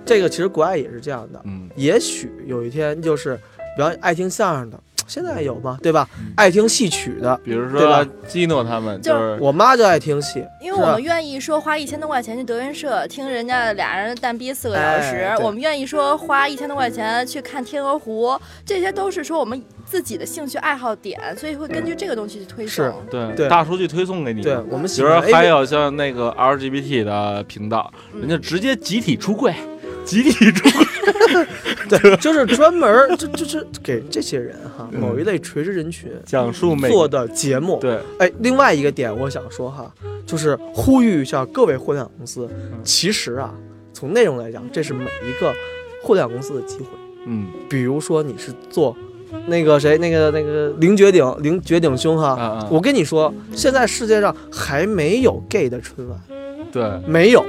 Speaker 2: 这个其实国外也是这样的，
Speaker 1: 嗯
Speaker 2: 也许有一天就是，比方爱听相声的，现在有吗？对吧？
Speaker 1: 嗯
Speaker 2: 爱听戏曲的，
Speaker 1: 比如
Speaker 2: 对
Speaker 1: 说
Speaker 2: 吧
Speaker 1: 基诺他们
Speaker 3: 就是
Speaker 1: 是
Speaker 2: 我妈就爱听戏，
Speaker 3: 因为
Speaker 2: 是吧
Speaker 3: 我们愿意说花一千多块钱去德云社听人家俩人蛋逼四个小时，
Speaker 2: 哎对
Speaker 3: 我们愿意说花一千多块钱去看天鹅湖，这些都是说我们自己的兴趣爱好点，所以会根据这个东西去推
Speaker 2: 是
Speaker 3: 送。
Speaker 1: 对
Speaker 2: 对
Speaker 1: 大数据推送给你，
Speaker 2: 对我们
Speaker 1: 嗯比
Speaker 2: 喜
Speaker 1: 如
Speaker 2: 欢
Speaker 1: 说
Speaker 2: A
Speaker 1: 还
Speaker 2: V，
Speaker 1: 有像那个 LGBT 的频道，
Speaker 3: 嗯
Speaker 1: 人家直接集体出柜，集体出柜，
Speaker 2: 对，就是专门儿就就是给这些人哈，某一类垂直人群
Speaker 1: 讲述美
Speaker 2: 做的节目，
Speaker 1: 嗯对，
Speaker 2: 哎，另外一个点我想说哈，就是呼吁一下各位互联网公司，
Speaker 1: 嗯
Speaker 2: 其实啊，从内容来讲，这是每一个互联网公司的机会。
Speaker 1: 嗯
Speaker 2: 比如说你是做那个谁，那个那个零绝顶零绝顶兄哈，
Speaker 1: 啊啊
Speaker 2: 我跟你说，现在世界上还没有 gay 的春晚，
Speaker 1: 对，
Speaker 2: 没有。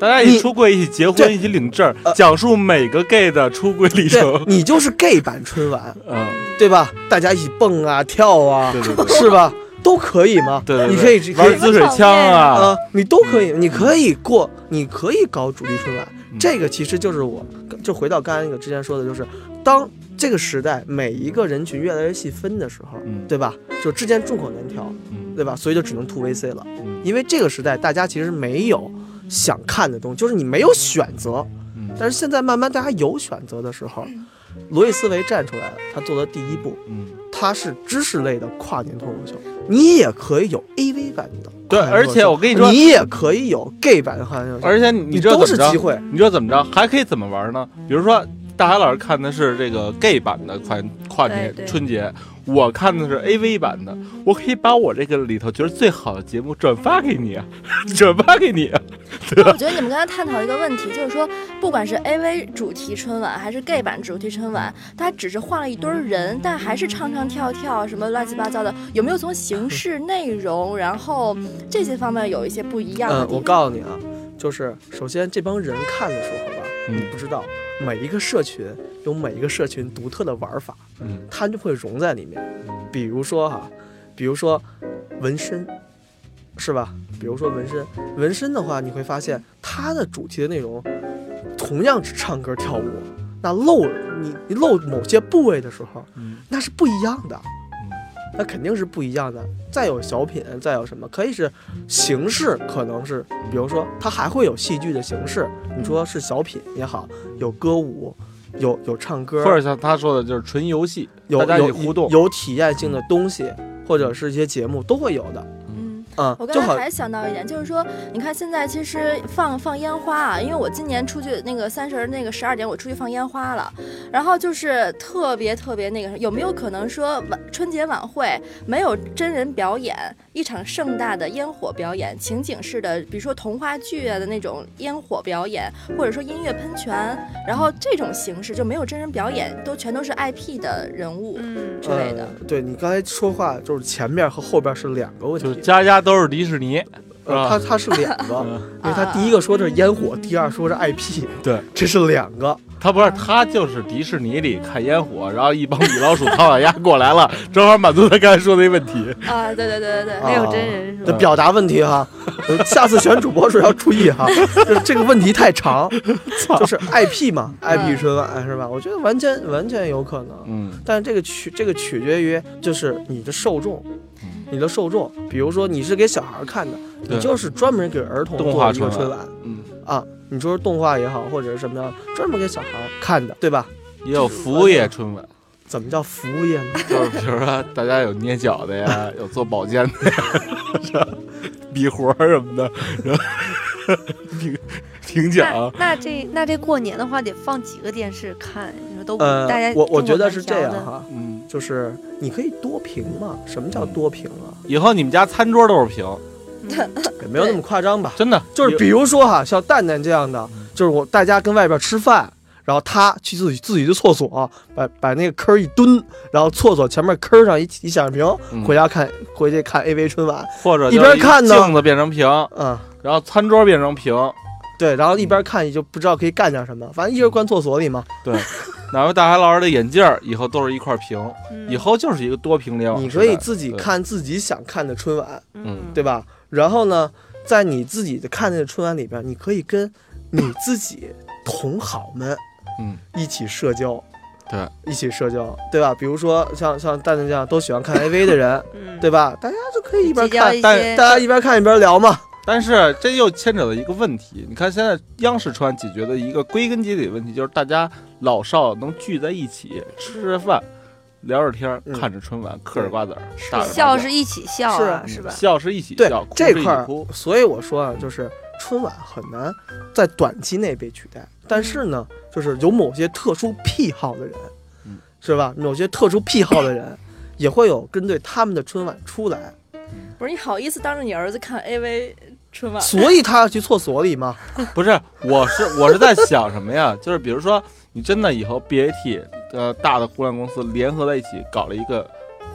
Speaker 1: 大家一起出柜，一起结婚，
Speaker 2: 对
Speaker 1: 一起领证
Speaker 2: 呃，
Speaker 1: 讲述每个 gay 的出柜历
Speaker 2: 对
Speaker 1: 程，。
Speaker 2: 你就是 gay 版春晚，
Speaker 1: 嗯，
Speaker 2: 对吧？大家一起蹦啊跳啊，
Speaker 1: 对对对
Speaker 2: 是吧？都可以吗？
Speaker 1: 对对对，
Speaker 2: 你可以你可以
Speaker 1: 玩滋水枪啊
Speaker 2: 啊，，你都可以，你可以过，你可以搞主力春晚，
Speaker 1: 嗯
Speaker 2: 这个其实就是我，就回到刚才那个之前说的，就是当这个时代每一个人群越来越细分的时候，
Speaker 1: 嗯
Speaker 2: 对吧？就之前众口难调，
Speaker 1: 嗯
Speaker 2: 对吧？所以就只能 to VC 了，
Speaker 1: 嗯
Speaker 2: 因为这个时代大家其实没有想看的东西，就是你没有选择。
Speaker 1: 嗯
Speaker 2: 但是现在慢慢大家有选择的时候，罗伊斯维站出来了，他做的第一步，
Speaker 1: 嗯，
Speaker 2: 他是知识类的跨年脱口秀，你也可以有 AV 版的。
Speaker 1: 对，而且我跟你说，
Speaker 2: 你也可以有 gay 版的汉奸，
Speaker 1: 而且你
Speaker 2: 你
Speaker 1: 知道
Speaker 2: 都
Speaker 1: 怎
Speaker 2: 是
Speaker 1: 么着
Speaker 2: 机？会。
Speaker 1: 你知道怎么着？还可以怎么玩呢？比如说，大海老师看的是这个 gay 版的跨跨年
Speaker 4: 对对
Speaker 1: 春节，我看的是 AV 版的，我可以把我这个里头觉得最好的节目转发给你，啊， 转发给你啊。
Speaker 3: 我觉得你们刚才探讨一个问题，就是说，不管是 AV 主题春晚还是 gay 版主题春晚，它只是换了一堆人，但还是唱唱跳跳什么乱七八糟的，有没有从形式、内容，然后这些方面有一些不一样的
Speaker 2: 嗯，
Speaker 3: 地
Speaker 2: 我
Speaker 3: 方？
Speaker 2: 告诉你啊，就是首先这帮人看的时候吧，你
Speaker 1: 嗯
Speaker 2: 不知道每一个社群有每一个社群独特的玩法，
Speaker 1: 嗯
Speaker 2: 他就会融在里面。比如说哈、比如说纹身，是吧？比如说纹身，纹身的话，你会发现它的主题的内容同样是唱歌跳舞，那露你你露某些部位的时候，
Speaker 1: 嗯
Speaker 2: 那是不一样的，嗯那肯定是不一样的。再有小品，再有什么，可以是形式，可能是比如说它还会有戏剧的形式，你说是小品也好，有歌舞，有有唱歌，
Speaker 1: 或者像他说的，就是纯游戏，
Speaker 2: 有
Speaker 1: 大家一起
Speaker 2: 有
Speaker 1: 互动。
Speaker 2: 有体验性的东西，或者是一些节目都会有的，
Speaker 3: 嗯。
Speaker 2: 嗯
Speaker 3: 我，
Speaker 2: 就
Speaker 3: 刚才
Speaker 2: 好。
Speaker 3: 还想到一点，就是说，你看现在其实放放烟花啊，因为我今年出去那个三十儿那个十二点我出去放烟花了，然后就是特别特别那个，有没有可能说晚春节晚会没有真人表演，一场盛大的烟火表演，情景式的，比如说童话剧啊的那种烟火表演，或者说音乐喷泉，然后这种形式就没有真人表演，都全都是 IP 的人物
Speaker 4: 嗯，
Speaker 3: 之类的。
Speaker 2: 呃对你刚才说话就是前面和后边是两个问
Speaker 1: 就啊
Speaker 2: 题，
Speaker 1: 是家家都是迪士尼，是
Speaker 2: 呃，
Speaker 1: 吧
Speaker 2: 它它是两 个，
Speaker 1: 啊
Speaker 2: 因为它
Speaker 3: 啊
Speaker 2: 第一个说的是烟火，第二说是 IP，
Speaker 1: 对，
Speaker 2: 这是两个。
Speaker 1: 他不是他就是迪士尼里看烟火，然后一帮米老鼠、唐老鸭过来了，正好满足他刚才说的那问题。
Speaker 3: 啊，对对对对对。
Speaker 4: 没有
Speaker 2: 啊
Speaker 4: 真人是
Speaker 1: 嗯
Speaker 4: 吧？
Speaker 2: 这表达问题哈，呃下次选主播时候要注意哈，就是这个问题太 长，就是 IP 嘛，IP 春晚是吧？我觉得完全完全有可能，
Speaker 1: 哎嗯
Speaker 2: 但这个取这个取决于就是你的受众
Speaker 1: 嗯，
Speaker 2: 你的受众，比如说你是给小孩看的，
Speaker 1: 对
Speaker 2: 你就是专门给儿童
Speaker 1: 动
Speaker 2: 做
Speaker 1: 画
Speaker 2: 一个
Speaker 1: 春
Speaker 2: 春
Speaker 1: 晚
Speaker 2: 晚
Speaker 1: 嗯，
Speaker 2: 啊，你说是动画也好，或者是什么样，专门给小孩看的，对吧？
Speaker 1: 也有服务业春晚，
Speaker 2: 怎么叫服务业呢？
Speaker 1: 就是比如说大家有捏脚的呀，有做保健的呀，是吧比活儿什么的，评
Speaker 4: 那
Speaker 1: 奖，
Speaker 4: 那这那这过年的话得放几个电视看？你说都不
Speaker 2: 呃
Speaker 4: 大家，
Speaker 2: 我我
Speaker 4: 中
Speaker 2: 觉
Speaker 4: 国
Speaker 2: 得
Speaker 4: 板
Speaker 2: 是
Speaker 4: 桥
Speaker 2: 这样
Speaker 4: 的
Speaker 2: 哈，
Speaker 1: 嗯，
Speaker 2: 就是你可以多屏嘛。什么叫多屏啊？
Speaker 1: 以后你们家餐桌都是平，
Speaker 4: 嗯
Speaker 2: 也没有那么夸张吧。
Speaker 1: 真的
Speaker 2: 就是比如说哈，像蛋蛋这样的，
Speaker 1: 嗯
Speaker 2: 就是我大家跟外边吃饭，然后他去自己自己的厕所，把把那个坑儿一蹲，然后厕所前面坑儿上一一显示
Speaker 1: 嗯
Speaker 2: 屏，回家看回去看 AV 春晚，
Speaker 1: 或者
Speaker 2: 一边
Speaker 1: 就是
Speaker 2: 看呢
Speaker 1: 镜子变成平，
Speaker 2: 嗯，
Speaker 1: 然后餐桌变成平，
Speaker 2: 对，然后一边看你就不知道可以干点什
Speaker 1: 嗯
Speaker 2: 么，反正一直关厕所里嘛。
Speaker 1: 哪位大海老师的眼镜儿以后都是一块屏，
Speaker 4: 嗯
Speaker 1: 以后就是一个多屏联网
Speaker 2: 你
Speaker 1: 时
Speaker 2: 可
Speaker 1: 代。
Speaker 2: 以自己
Speaker 1: 嗯对
Speaker 2: 看自己想看的春晚，
Speaker 1: 嗯
Speaker 2: 对吧？然后呢，在你自己的看的春晚里边，你可以跟你自己同好们，
Speaker 1: 嗯，
Speaker 2: 一起社交，
Speaker 1: 对，
Speaker 2: 一起社交，对吧？比如说像像蛋蛋这样都喜欢看 AV 的人，
Speaker 4: 嗯
Speaker 2: 对吧？大家就可以一边
Speaker 4: 结交
Speaker 2: 看，
Speaker 4: 一
Speaker 1: 但
Speaker 4: 些
Speaker 2: 大家一边看一边聊嘛。
Speaker 1: 但是这又牵扯到一个问题，你看现在央视春晚解决的一个归根结底的问题，就是大家老少能聚在一起吃吃饭，聊着天儿，
Speaker 2: 嗯
Speaker 1: 看着春晚，嗑着瓜子儿，打着麻
Speaker 4: 笑
Speaker 1: 将
Speaker 4: 是一起笑
Speaker 2: 是
Speaker 4: 啊，
Speaker 2: 啊
Speaker 4: 是吧？
Speaker 1: 嗯笑是一起
Speaker 2: 对
Speaker 1: 笑，哭
Speaker 2: 这
Speaker 1: 是一
Speaker 2: 块
Speaker 1: 起
Speaker 2: 儿
Speaker 1: 哭，，
Speaker 2: 所以我说啊，就是春晚很难在短期内被取代，但是呢，就是有某些特殊癖好的人，
Speaker 1: 嗯
Speaker 2: 是吧？某些特殊癖好的人也会有针对他们的春晚出来，
Speaker 3: 不是你好意思当着你儿子看 AV 春晚？
Speaker 2: 所以他要去厕所里嘛。
Speaker 1: 不是，我是我是在想什么呀？ 就是比如说，你真的以后 BAT 呃大的互联网公司联合在一起搞了一个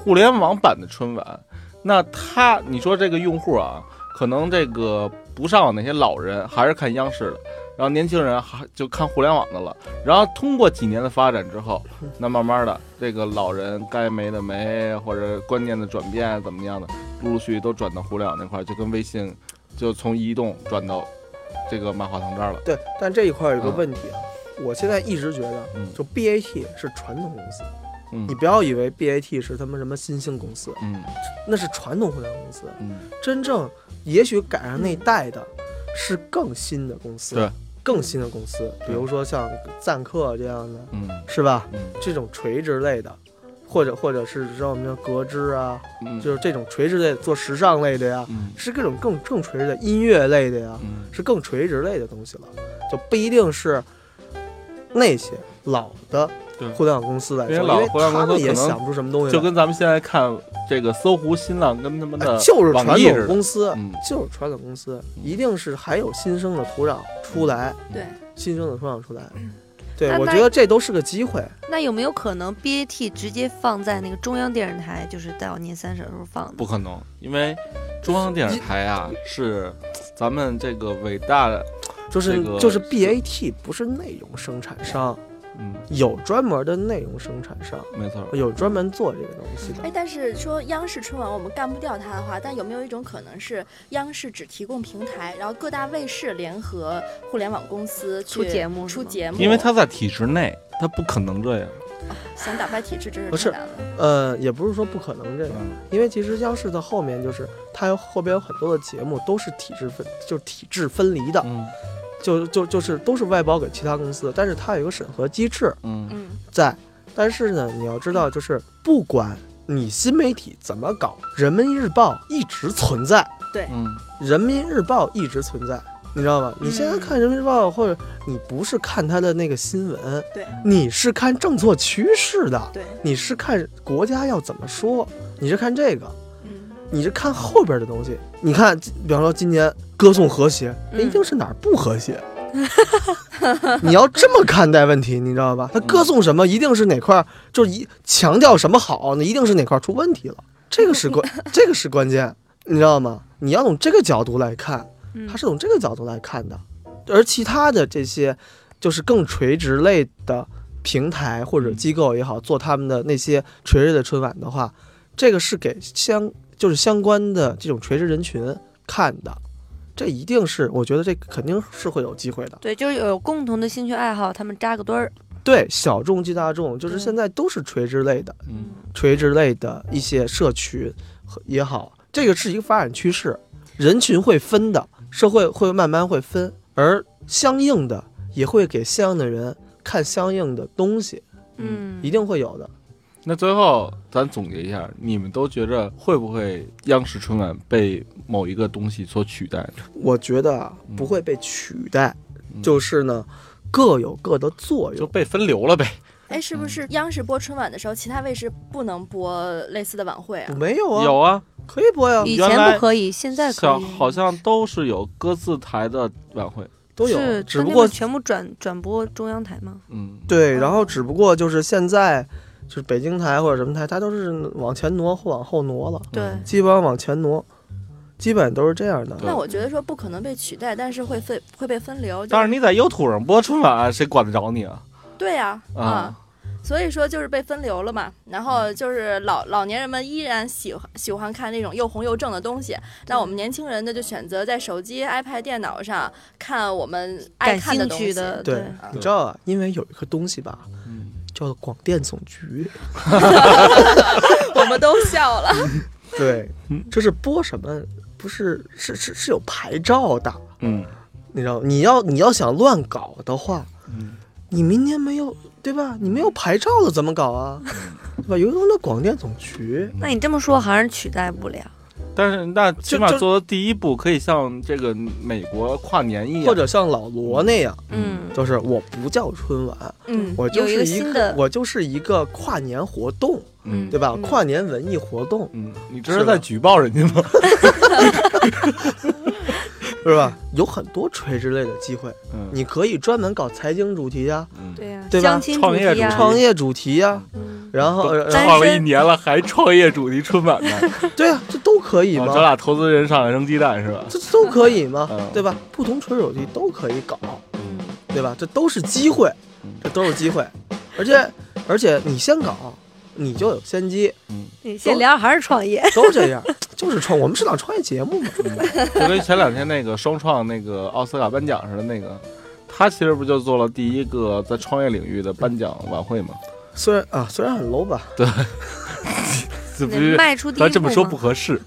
Speaker 1: 互联网版的春晚，那他你说这个用户啊，可能这个不上网那些老人还是看央视的，然后年轻人还就看互联网的了，然后通过几年的发展之后，那慢慢的这个老人该没的没，或者观念的转变怎么样的，陆陆续续都转到互联网那块儿，就跟微信就从移动转到。这个马化腾这儿了。
Speaker 2: 对，但这一块儿有个
Speaker 1: 嗯
Speaker 2: 问题啊，我现在一直觉得
Speaker 1: 嗯，
Speaker 2: 就 BAT 是传统公司，
Speaker 1: 嗯
Speaker 2: 你不要以为 BAT 是他们什么新兴公司，
Speaker 1: 嗯
Speaker 2: 那是传统互联网公司，
Speaker 1: 嗯，
Speaker 2: 真正也许赶上那一代的，是更新的公司，
Speaker 1: 对，
Speaker 2: 更新的公司，比如说像赞客这样的，
Speaker 1: 嗯
Speaker 2: 是吧？
Speaker 1: 嗯
Speaker 2: 这种垂直类的，或者或者是知道我们叫格致啊，
Speaker 1: 嗯，
Speaker 2: 就是这种垂直类做时尚类的呀，
Speaker 1: 嗯
Speaker 2: 是各种更更垂直的音乐类的呀，
Speaker 1: 嗯
Speaker 2: 是更垂直类的东西了，就不一定是那些老的
Speaker 1: 对
Speaker 2: 互联网公司来
Speaker 1: 因
Speaker 2: 做，
Speaker 1: 为老
Speaker 2: 因为
Speaker 1: 互联网
Speaker 2: 他
Speaker 1: 公
Speaker 2: 们
Speaker 1: 司
Speaker 2: 也
Speaker 1: 可能
Speaker 2: 想不出什么东西来，
Speaker 1: 就跟咱们现在看这个搜狐、新浪跟他们
Speaker 2: 哎
Speaker 1: 的
Speaker 2: 就是传
Speaker 1: 网易似
Speaker 2: 统
Speaker 1: 的。
Speaker 2: 公司，
Speaker 1: 嗯
Speaker 2: 就是传统公司，一定是还有新生的土壤出来，
Speaker 3: 对，
Speaker 2: 新生的土壤出来。对
Speaker 4: 嗯那，
Speaker 2: 我
Speaker 4: 那
Speaker 2: 觉得这都是个机会。
Speaker 4: 那有没有可能 BAT 直接放在那个中央电视台，就是到年三十的时候放的？
Speaker 1: 不可能，因为中央电视台啊是咱们这个伟大的，
Speaker 2: 就是
Speaker 1: 这个
Speaker 2: 就是
Speaker 1: 是
Speaker 2: BAT 不是内容生产商，
Speaker 1: 嗯，
Speaker 2: 有专门的内容生产商，
Speaker 1: 没错，
Speaker 2: 有专门做这个东西的
Speaker 3: 哎，。但是说央视春晚我们干不掉它的话，但有没有一种可能是央视只提供平台，然后各大卫视联合互联网公司
Speaker 4: 出
Speaker 3: 去
Speaker 4: 节目是
Speaker 3: 出
Speaker 4: 吗
Speaker 3: 节目？
Speaker 1: 因为它在体制内，它不可能这样。
Speaker 3: 想打败体制真
Speaker 2: 不
Speaker 3: 是
Speaker 2: 是
Speaker 3: 太难了。
Speaker 2: 呃，也不是说不可能这样，
Speaker 1: 嗯
Speaker 2: 因为其实央视的后面就是它有后边有很多的节目都是体制分，就是体制分离的，
Speaker 1: 嗯
Speaker 2: 就就就是都是外包给其他公司，但是它有一个审核机制，
Speaker 1: 嗯
Speaker 3: 嗯，
Speaker 2: 在。但是呢，你要知道，就是不管你新媒体怎么搞，《人民日报》一直存在，
Speaker 1: 嗯，
Speaker 2: 《人民日报》一直存在，你知道吗？你现在看《人民日报》，或者你不是看它的那个新闻，
Speaker 3: 对，
Speaker 2: 你是看政策趋势的，
Speaker 3: 对，
Speaker 2: 你是看国家要怎么说，你是看这个，
Speaker 3: 嗯，
Speaker 2: 你是看后边的东西。你看，比方说今年歌颂和谐，那一定是哪儿不和谐。你要这么看待问题，你知道吧？他歌颂什么，一定是哪块儿，就是一强调什么好，那一定是哪块儿出问题了。这个是关，这个是关键，你知道吗？你要从这个角度来看，
Speaker 4: 嗯
Speaker 2: 它是从这个角度来看的。而其他的这些，就是更垂直类的平台或者机构也好，做他们的那些垂直的春晚的话，这个是给相就是相关的这种垂直人群看的，这一定是我觉得这肯定是会有机会的。
Speaker 4: 对，就是有共同的兴趣爱好，他们扎个堆儿。
Speaker 2: 对，小众即大众，就是
Speaker 4: 对
Speaker 2: 现在都是垂直类的，
Speaker 1: 嗯，
Speaker 2: 垂直类的一些社群和也好，这个是一个发展趋势，人群会分的，社会会慢慢会分，而相应的也会给相应的人看相应的东西，
Speaker 4: 嗯
Speaker 2: 一，定会有的。
Speaker 1: 那最后咱总结一下，你们都觉着会不会央视春晚被某一个东西所取代呢？
Speaker 2: 我觉得啊
Speaker 1: 嗯
Speaker 2: 不会被取代，
Speaker 1: 嗯
Speaker 2: 就是呢，各有各的作
Speaker 1: 就
Speaker 2: 用。
Speaker 1: 被分流了呗。
Speaker 3: 哎，是不是央视播春晚的时候，其他卫视不能播类似的晚会啊？
Speaker 2: 没有啊，
Speaker 1: 有啊，
Speaker 2: 可以播呀，
Speaker 4: 以
Speaker 1: 原
Speaker 4: 前
Speaker 1: 来
Speaker 4: 不可以，现在可
Speaker 1: 小
Speaker 4: 以，
Speaker 1: 好像都是有各自台的晚会，
Speaker 2: 都有啊。
Speaker 4: 是，
Speaker 2: 只
Speaker 4: 但
Speaker 2: 不
Speaker 4: 那
Speaker 2: 过
Speaker 4: 全部转转播中央台嘛。
Speaker 1: 嗯，
Speaker 2: 对，然后只不过就是现在就是北京台或者什么台，它都是往前挪或往后挪了，
Speaker 4: 对，
Speaker 2: 基本上往前挪，基本都是这样的。
Speaker 1: 对
Speaker 3: 那我觉得说不可能被取代，但是会分会被分流。就
Speaker 1: 但是你在优土上播春晚，谁管得着你啊？
Speaker 3: 对呀、啊，
Speaker 1: 啊，
Speaker 3: 所以说就是被分流了嘛。然后
Speaker 4: 嗯
Speaker 3: 就是老老年人们依然喜欢喜欢看那种又红又正的东西，那我们年轻人呢就选择在手机、iPad、电脑上看我们爱
Speaker 4: 感
Speaker 3: 看的
Speaker 4: 兴
Speaker 3: 东
Speaker 4: 趣
Speaker 3: 西。
Speaker 4: 的，
Speaker 2: 对
Speaker 4: 对，
Speaker 2: 你知道啊，因为有一个东西吧，
Speaker 1: 嗯
Speaker 2: 叫做广电总局，
Speaker 3: 我们都笑了。
Speaker 2: 对，这是播什么？不是，是是是有牌照的，
Speaker 1: 嗯
Speaker 2: 你知道？你要你要想乱搞的话，
Speaker 1: 嗯，
Speaker 2: 你明年没有对吧？你没有牌照了怎么搞啊？对吧？有一种叫广电总局，
Speaker 4: 那你这么说还是取代不了。
Speaker 1: 但是那起码
Speaker 2: 就就
Speaker 1: 做的第一步，可以像这个美国跨年一样，
Speaker 2: 或者像老罗那样，
Speaker 4: 嗯
Speaker 2: 就是我不叫春晚，
Speaker 3: 嗯，
Speaker 2: 我就
Speaker 4: 有一
Speaker 2: 是
Speaker 4: 个
Speaker 2: 一
Speaker 4: 新的
Speaker 2: 我就是一个跨年活动，
Speaker 1: 嗯
Speaker 2: 对吧？
Speaker 3: 嗯
Speaker 2: 跨年文艺活动
Speaker 1: 嗯，你这是在举报人家吗？
Speaker 2: 是吧？有很多垂直类的机会，
Speaker 1: 嗯，
Speaker 2: 你可以专门搞财经主题呀、
Speaker 1: 嗯
Speaker 4: 对呀，
Speaker 2: 对吧
Speaker 4: 相亲
Speaker 1: 创
Speaker 4: 主
Speaker 1: 业
Speaker 4: 题呀
Speaker 1: 主，
Speaker 2: 创业主题呀、
Speaker 4: 嗯
Speaker 2: 然后
Speaker 1: 都
Speaker 2: 然
Speaker 4: 单
Speaker 2: 后
Speaker 1: 创了一
Speaker 4: 身
Speaker 1: 年了，还创业主题春晚呢？
Speaker 2: 对啊，这都可以
Speaker 1: 哦
Speaker 2: 嘛
Speaker 1: 咱，俩投资人上来扔鸡蛋是吧？
Speaker 2: 这都可以嘛
Speaker 1: 嗯，
Speaker 2: 对吧？不同垂直主题都可以搞，
Speaker 4: 嗯
Speaker 2: 对吧？这都是机会，这都是机会，而且而且你先搞，你就有先机，
Speaker 4: 你
Speaker 1: 哦
Speaker 4: 先聊还是创业？
Speaker 2: 都这样，就是创我们是档创业节目嘛，
Speaker 1: 就跟前两天那个双创那个奥斯卡颁奖似的，那个他其实不就做了第一个在创业领域的颁奖晚 会吗？
Speaker 2: 虽然啊虽然很 low 吧，
Speaker 1: 这不
Speaker 4: 能
Speaker 1: 是
Speaker 4: 迈出第一步
Speaker 1: 咱这么说
Speaker 4: 吗
Speaker 1: 不合适。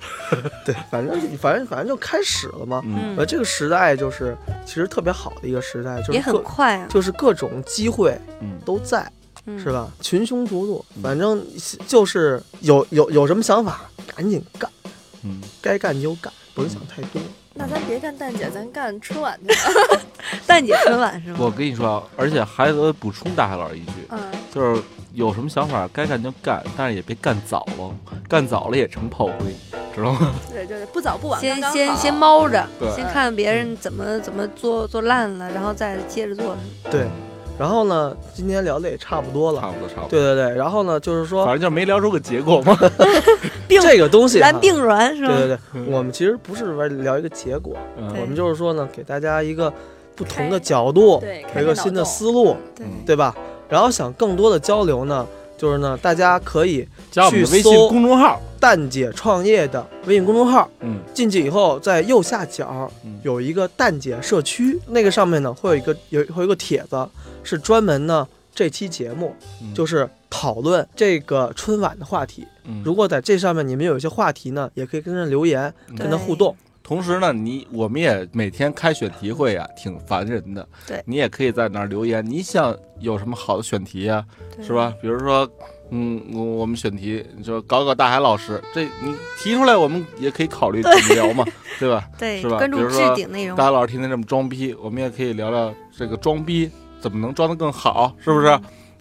Speaker 2: 对，反正反正反正就开始了嘛。
Speaker 1: 嗯
Speaker 2: 呃，
Speaker 4: 嗯，
Speaker 2: 这个时代就是其实特别好的一个时代，就
Speaker 4: 也
Speaker 2: 是
Speaker 4: 很
Speaker 2: 各
Speaker 4: 快啊，
Speaker 2: 就是各种机会
Speaker 1: 嗯
Speaker 2: 都在，
Speaker 4: 嗯
Speaker 2: 是？吧？群雄逐鹿，反正就是有有有什么想法赶紧干，
Speaker 1: 嗯，
Speaker 2: 该干就干，不用想太多。
Speaker 3: 那咱别干蛋姐，咱干春晚 去吧。
Speaker 4: 蛋姐春晚是
Speaker 1: 我
Speaker 4: 吗？
Speaker 1: 跟你说，啊，而且还得补充大海老师一句，
Speaker 4: 哦
Speaker 3: 嗯，
Speaker 1: 就是有什么想法该干就干，但是也别干早了，干早了也成泡灰，知道吗？
Speaker 3: 对对对，不早不晚，
Speaker 4: 先
Speaker 3: 刚刚
Speaker 4: 先
Speaker 3: 好
Speaker 4: 先猫着
Speaker 1: 对，
Speaker 4: 先看别人怎么怎么做做烂了，然后再接着做。
Speaker 2: 对，然后呢，今天聊的也差不多
Speaker 1: 嗯差
Speaker 2: 了。
Speaker 1: 不多，差不多。
Speaker 2: 对对对，然后呢，就是说
Speaker 1: 反正就没聊出个结果嘛。
Speaker 4: 病
Speaker 2: 这个东西啊，
Speaker 4: 咱并卵是
Speaker 2: 对
Speaker 4: 吧？
Speaker 2: 对对，我们其实不是为了聊一个结果，
Speaker 1: 嗯
Speaker 4: 对
Speaker 2: 我们就是说呢，给大家一个不同的角度，
Speaker 3: 对，开
Speaker 2: 有一个
Speaker 3: 开脑
Speaker 2: 新的
Speaker 3: 洞
Speaker 2: 思路。
Speaker 4: 对
Speaker 1: 嗯
Speaker 2: 对吧？然后想更多的交流呢，就是呢，大家可以
Speaker 1: 加我们的微信公众号，
Speaker 2: 蛋姐创业的微信公众号
Speaker 1: 嗯，
Speaker 2: 进去以后，在右下角
Speaker 1: 嗯
Speaker 2: 有一个蛋姐社区，那个上面呢会有一个有会有一个帖子，是专门呢这期节目
Speaker 1: 嗯
Speaker 2: 就是讨论这个春晚的话题。
Speaker 1: 嗯
Speaker 2: 如果在这上面你们有一些话题呢，也可以跟着留言，跟他
Speaker 4: 对
Speaker 2: 互动。
Speaker 1: 同时呢，你我们也每天开选题会啊，挺烦人的。
Speaker 4: 对
Speaker 1: 你也可以在那儿留言，你想有什么好的选题啊，
Speaker 4: 对
Speaker 1: 是？吧？比如说，嗯，我我们选题你说搞搞大海老师，这你提出来，我们也可以考虑怎么聊 嘛，对吧？
Speaker 4: 对，
Speaker 1: 是吧
Speaker 4: 关
Speaker 1: 比
Speaker 4: 注
Speaker 1: 如
Speaker 4: 置
Speaker 1: 说
Speaker 4: 顶内容
Speaker 1: 大。海老师天天这么装逼，我们也可以聊聊这个装逼怎么能装得更好，是不是？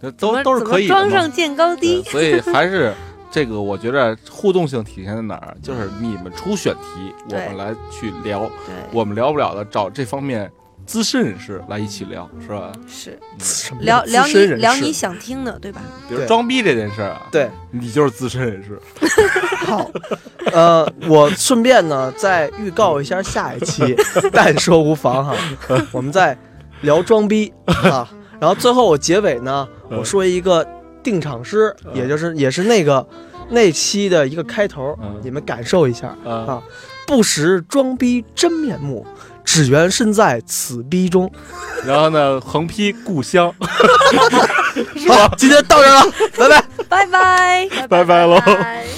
Speaker 1: 那
Speaker 4: 嗯怎
Speaker 1: 都
Speaker 4: 么
Speaker 1: 都是
Speaker 4: 怎么
Speaker 1: 可以的嘛
Speaker 4: 装上见高
Speaker 1: 对
Speaker 4: 低。
Speaker 1: 所以还是这个，我觉着互动性体现在哪儿？就是你们出选题，我
Speaker 4: 对
Speaker 1: 们来去聊。
Speaker 4: 对，
Speaker 1: 我们聊不了的，找这方面资深人士来一起聊，是吧？
Speaker 4: 是
Speaker 2: 什么
Speaker 4: 聊
Speaker 2: 叫
Speaker 4: 聊
Speaker 2: 资
Speaker 4: 你
Speaker 2: 深人
Speaker 4: 聊
Speaker 2: 士
Speaker 4: 你想听的，对吧？
Speaker 1: 比如
Speaker 2: 对
Speaker 1: 装逼这件事儿啊，
Speaker 2: 对，
Speaker 1: 你就是资深人士。
Speaker 2: 好，呃，我顺便呢再预告一下下一期，但说无妨哈，我们再聊装逼啊。然后最后我结尾呢，我说一个定场诗，也就是也是那个那期的一个开头
Speaker 1: 嗯，
Speaker 2: 你们感受一下
Speaker 1: 嗯
Speaker 2: 啊。不识装逼真面目，只缘身在此逼中。
Speaker 1: 然后呢，横批故乡，
Speaker 2: 好，今天到这儿了，拜拜。
Speaker 4: 拜拜。
Speaker 1: 拜拜喽
Speaker 3: 拜拜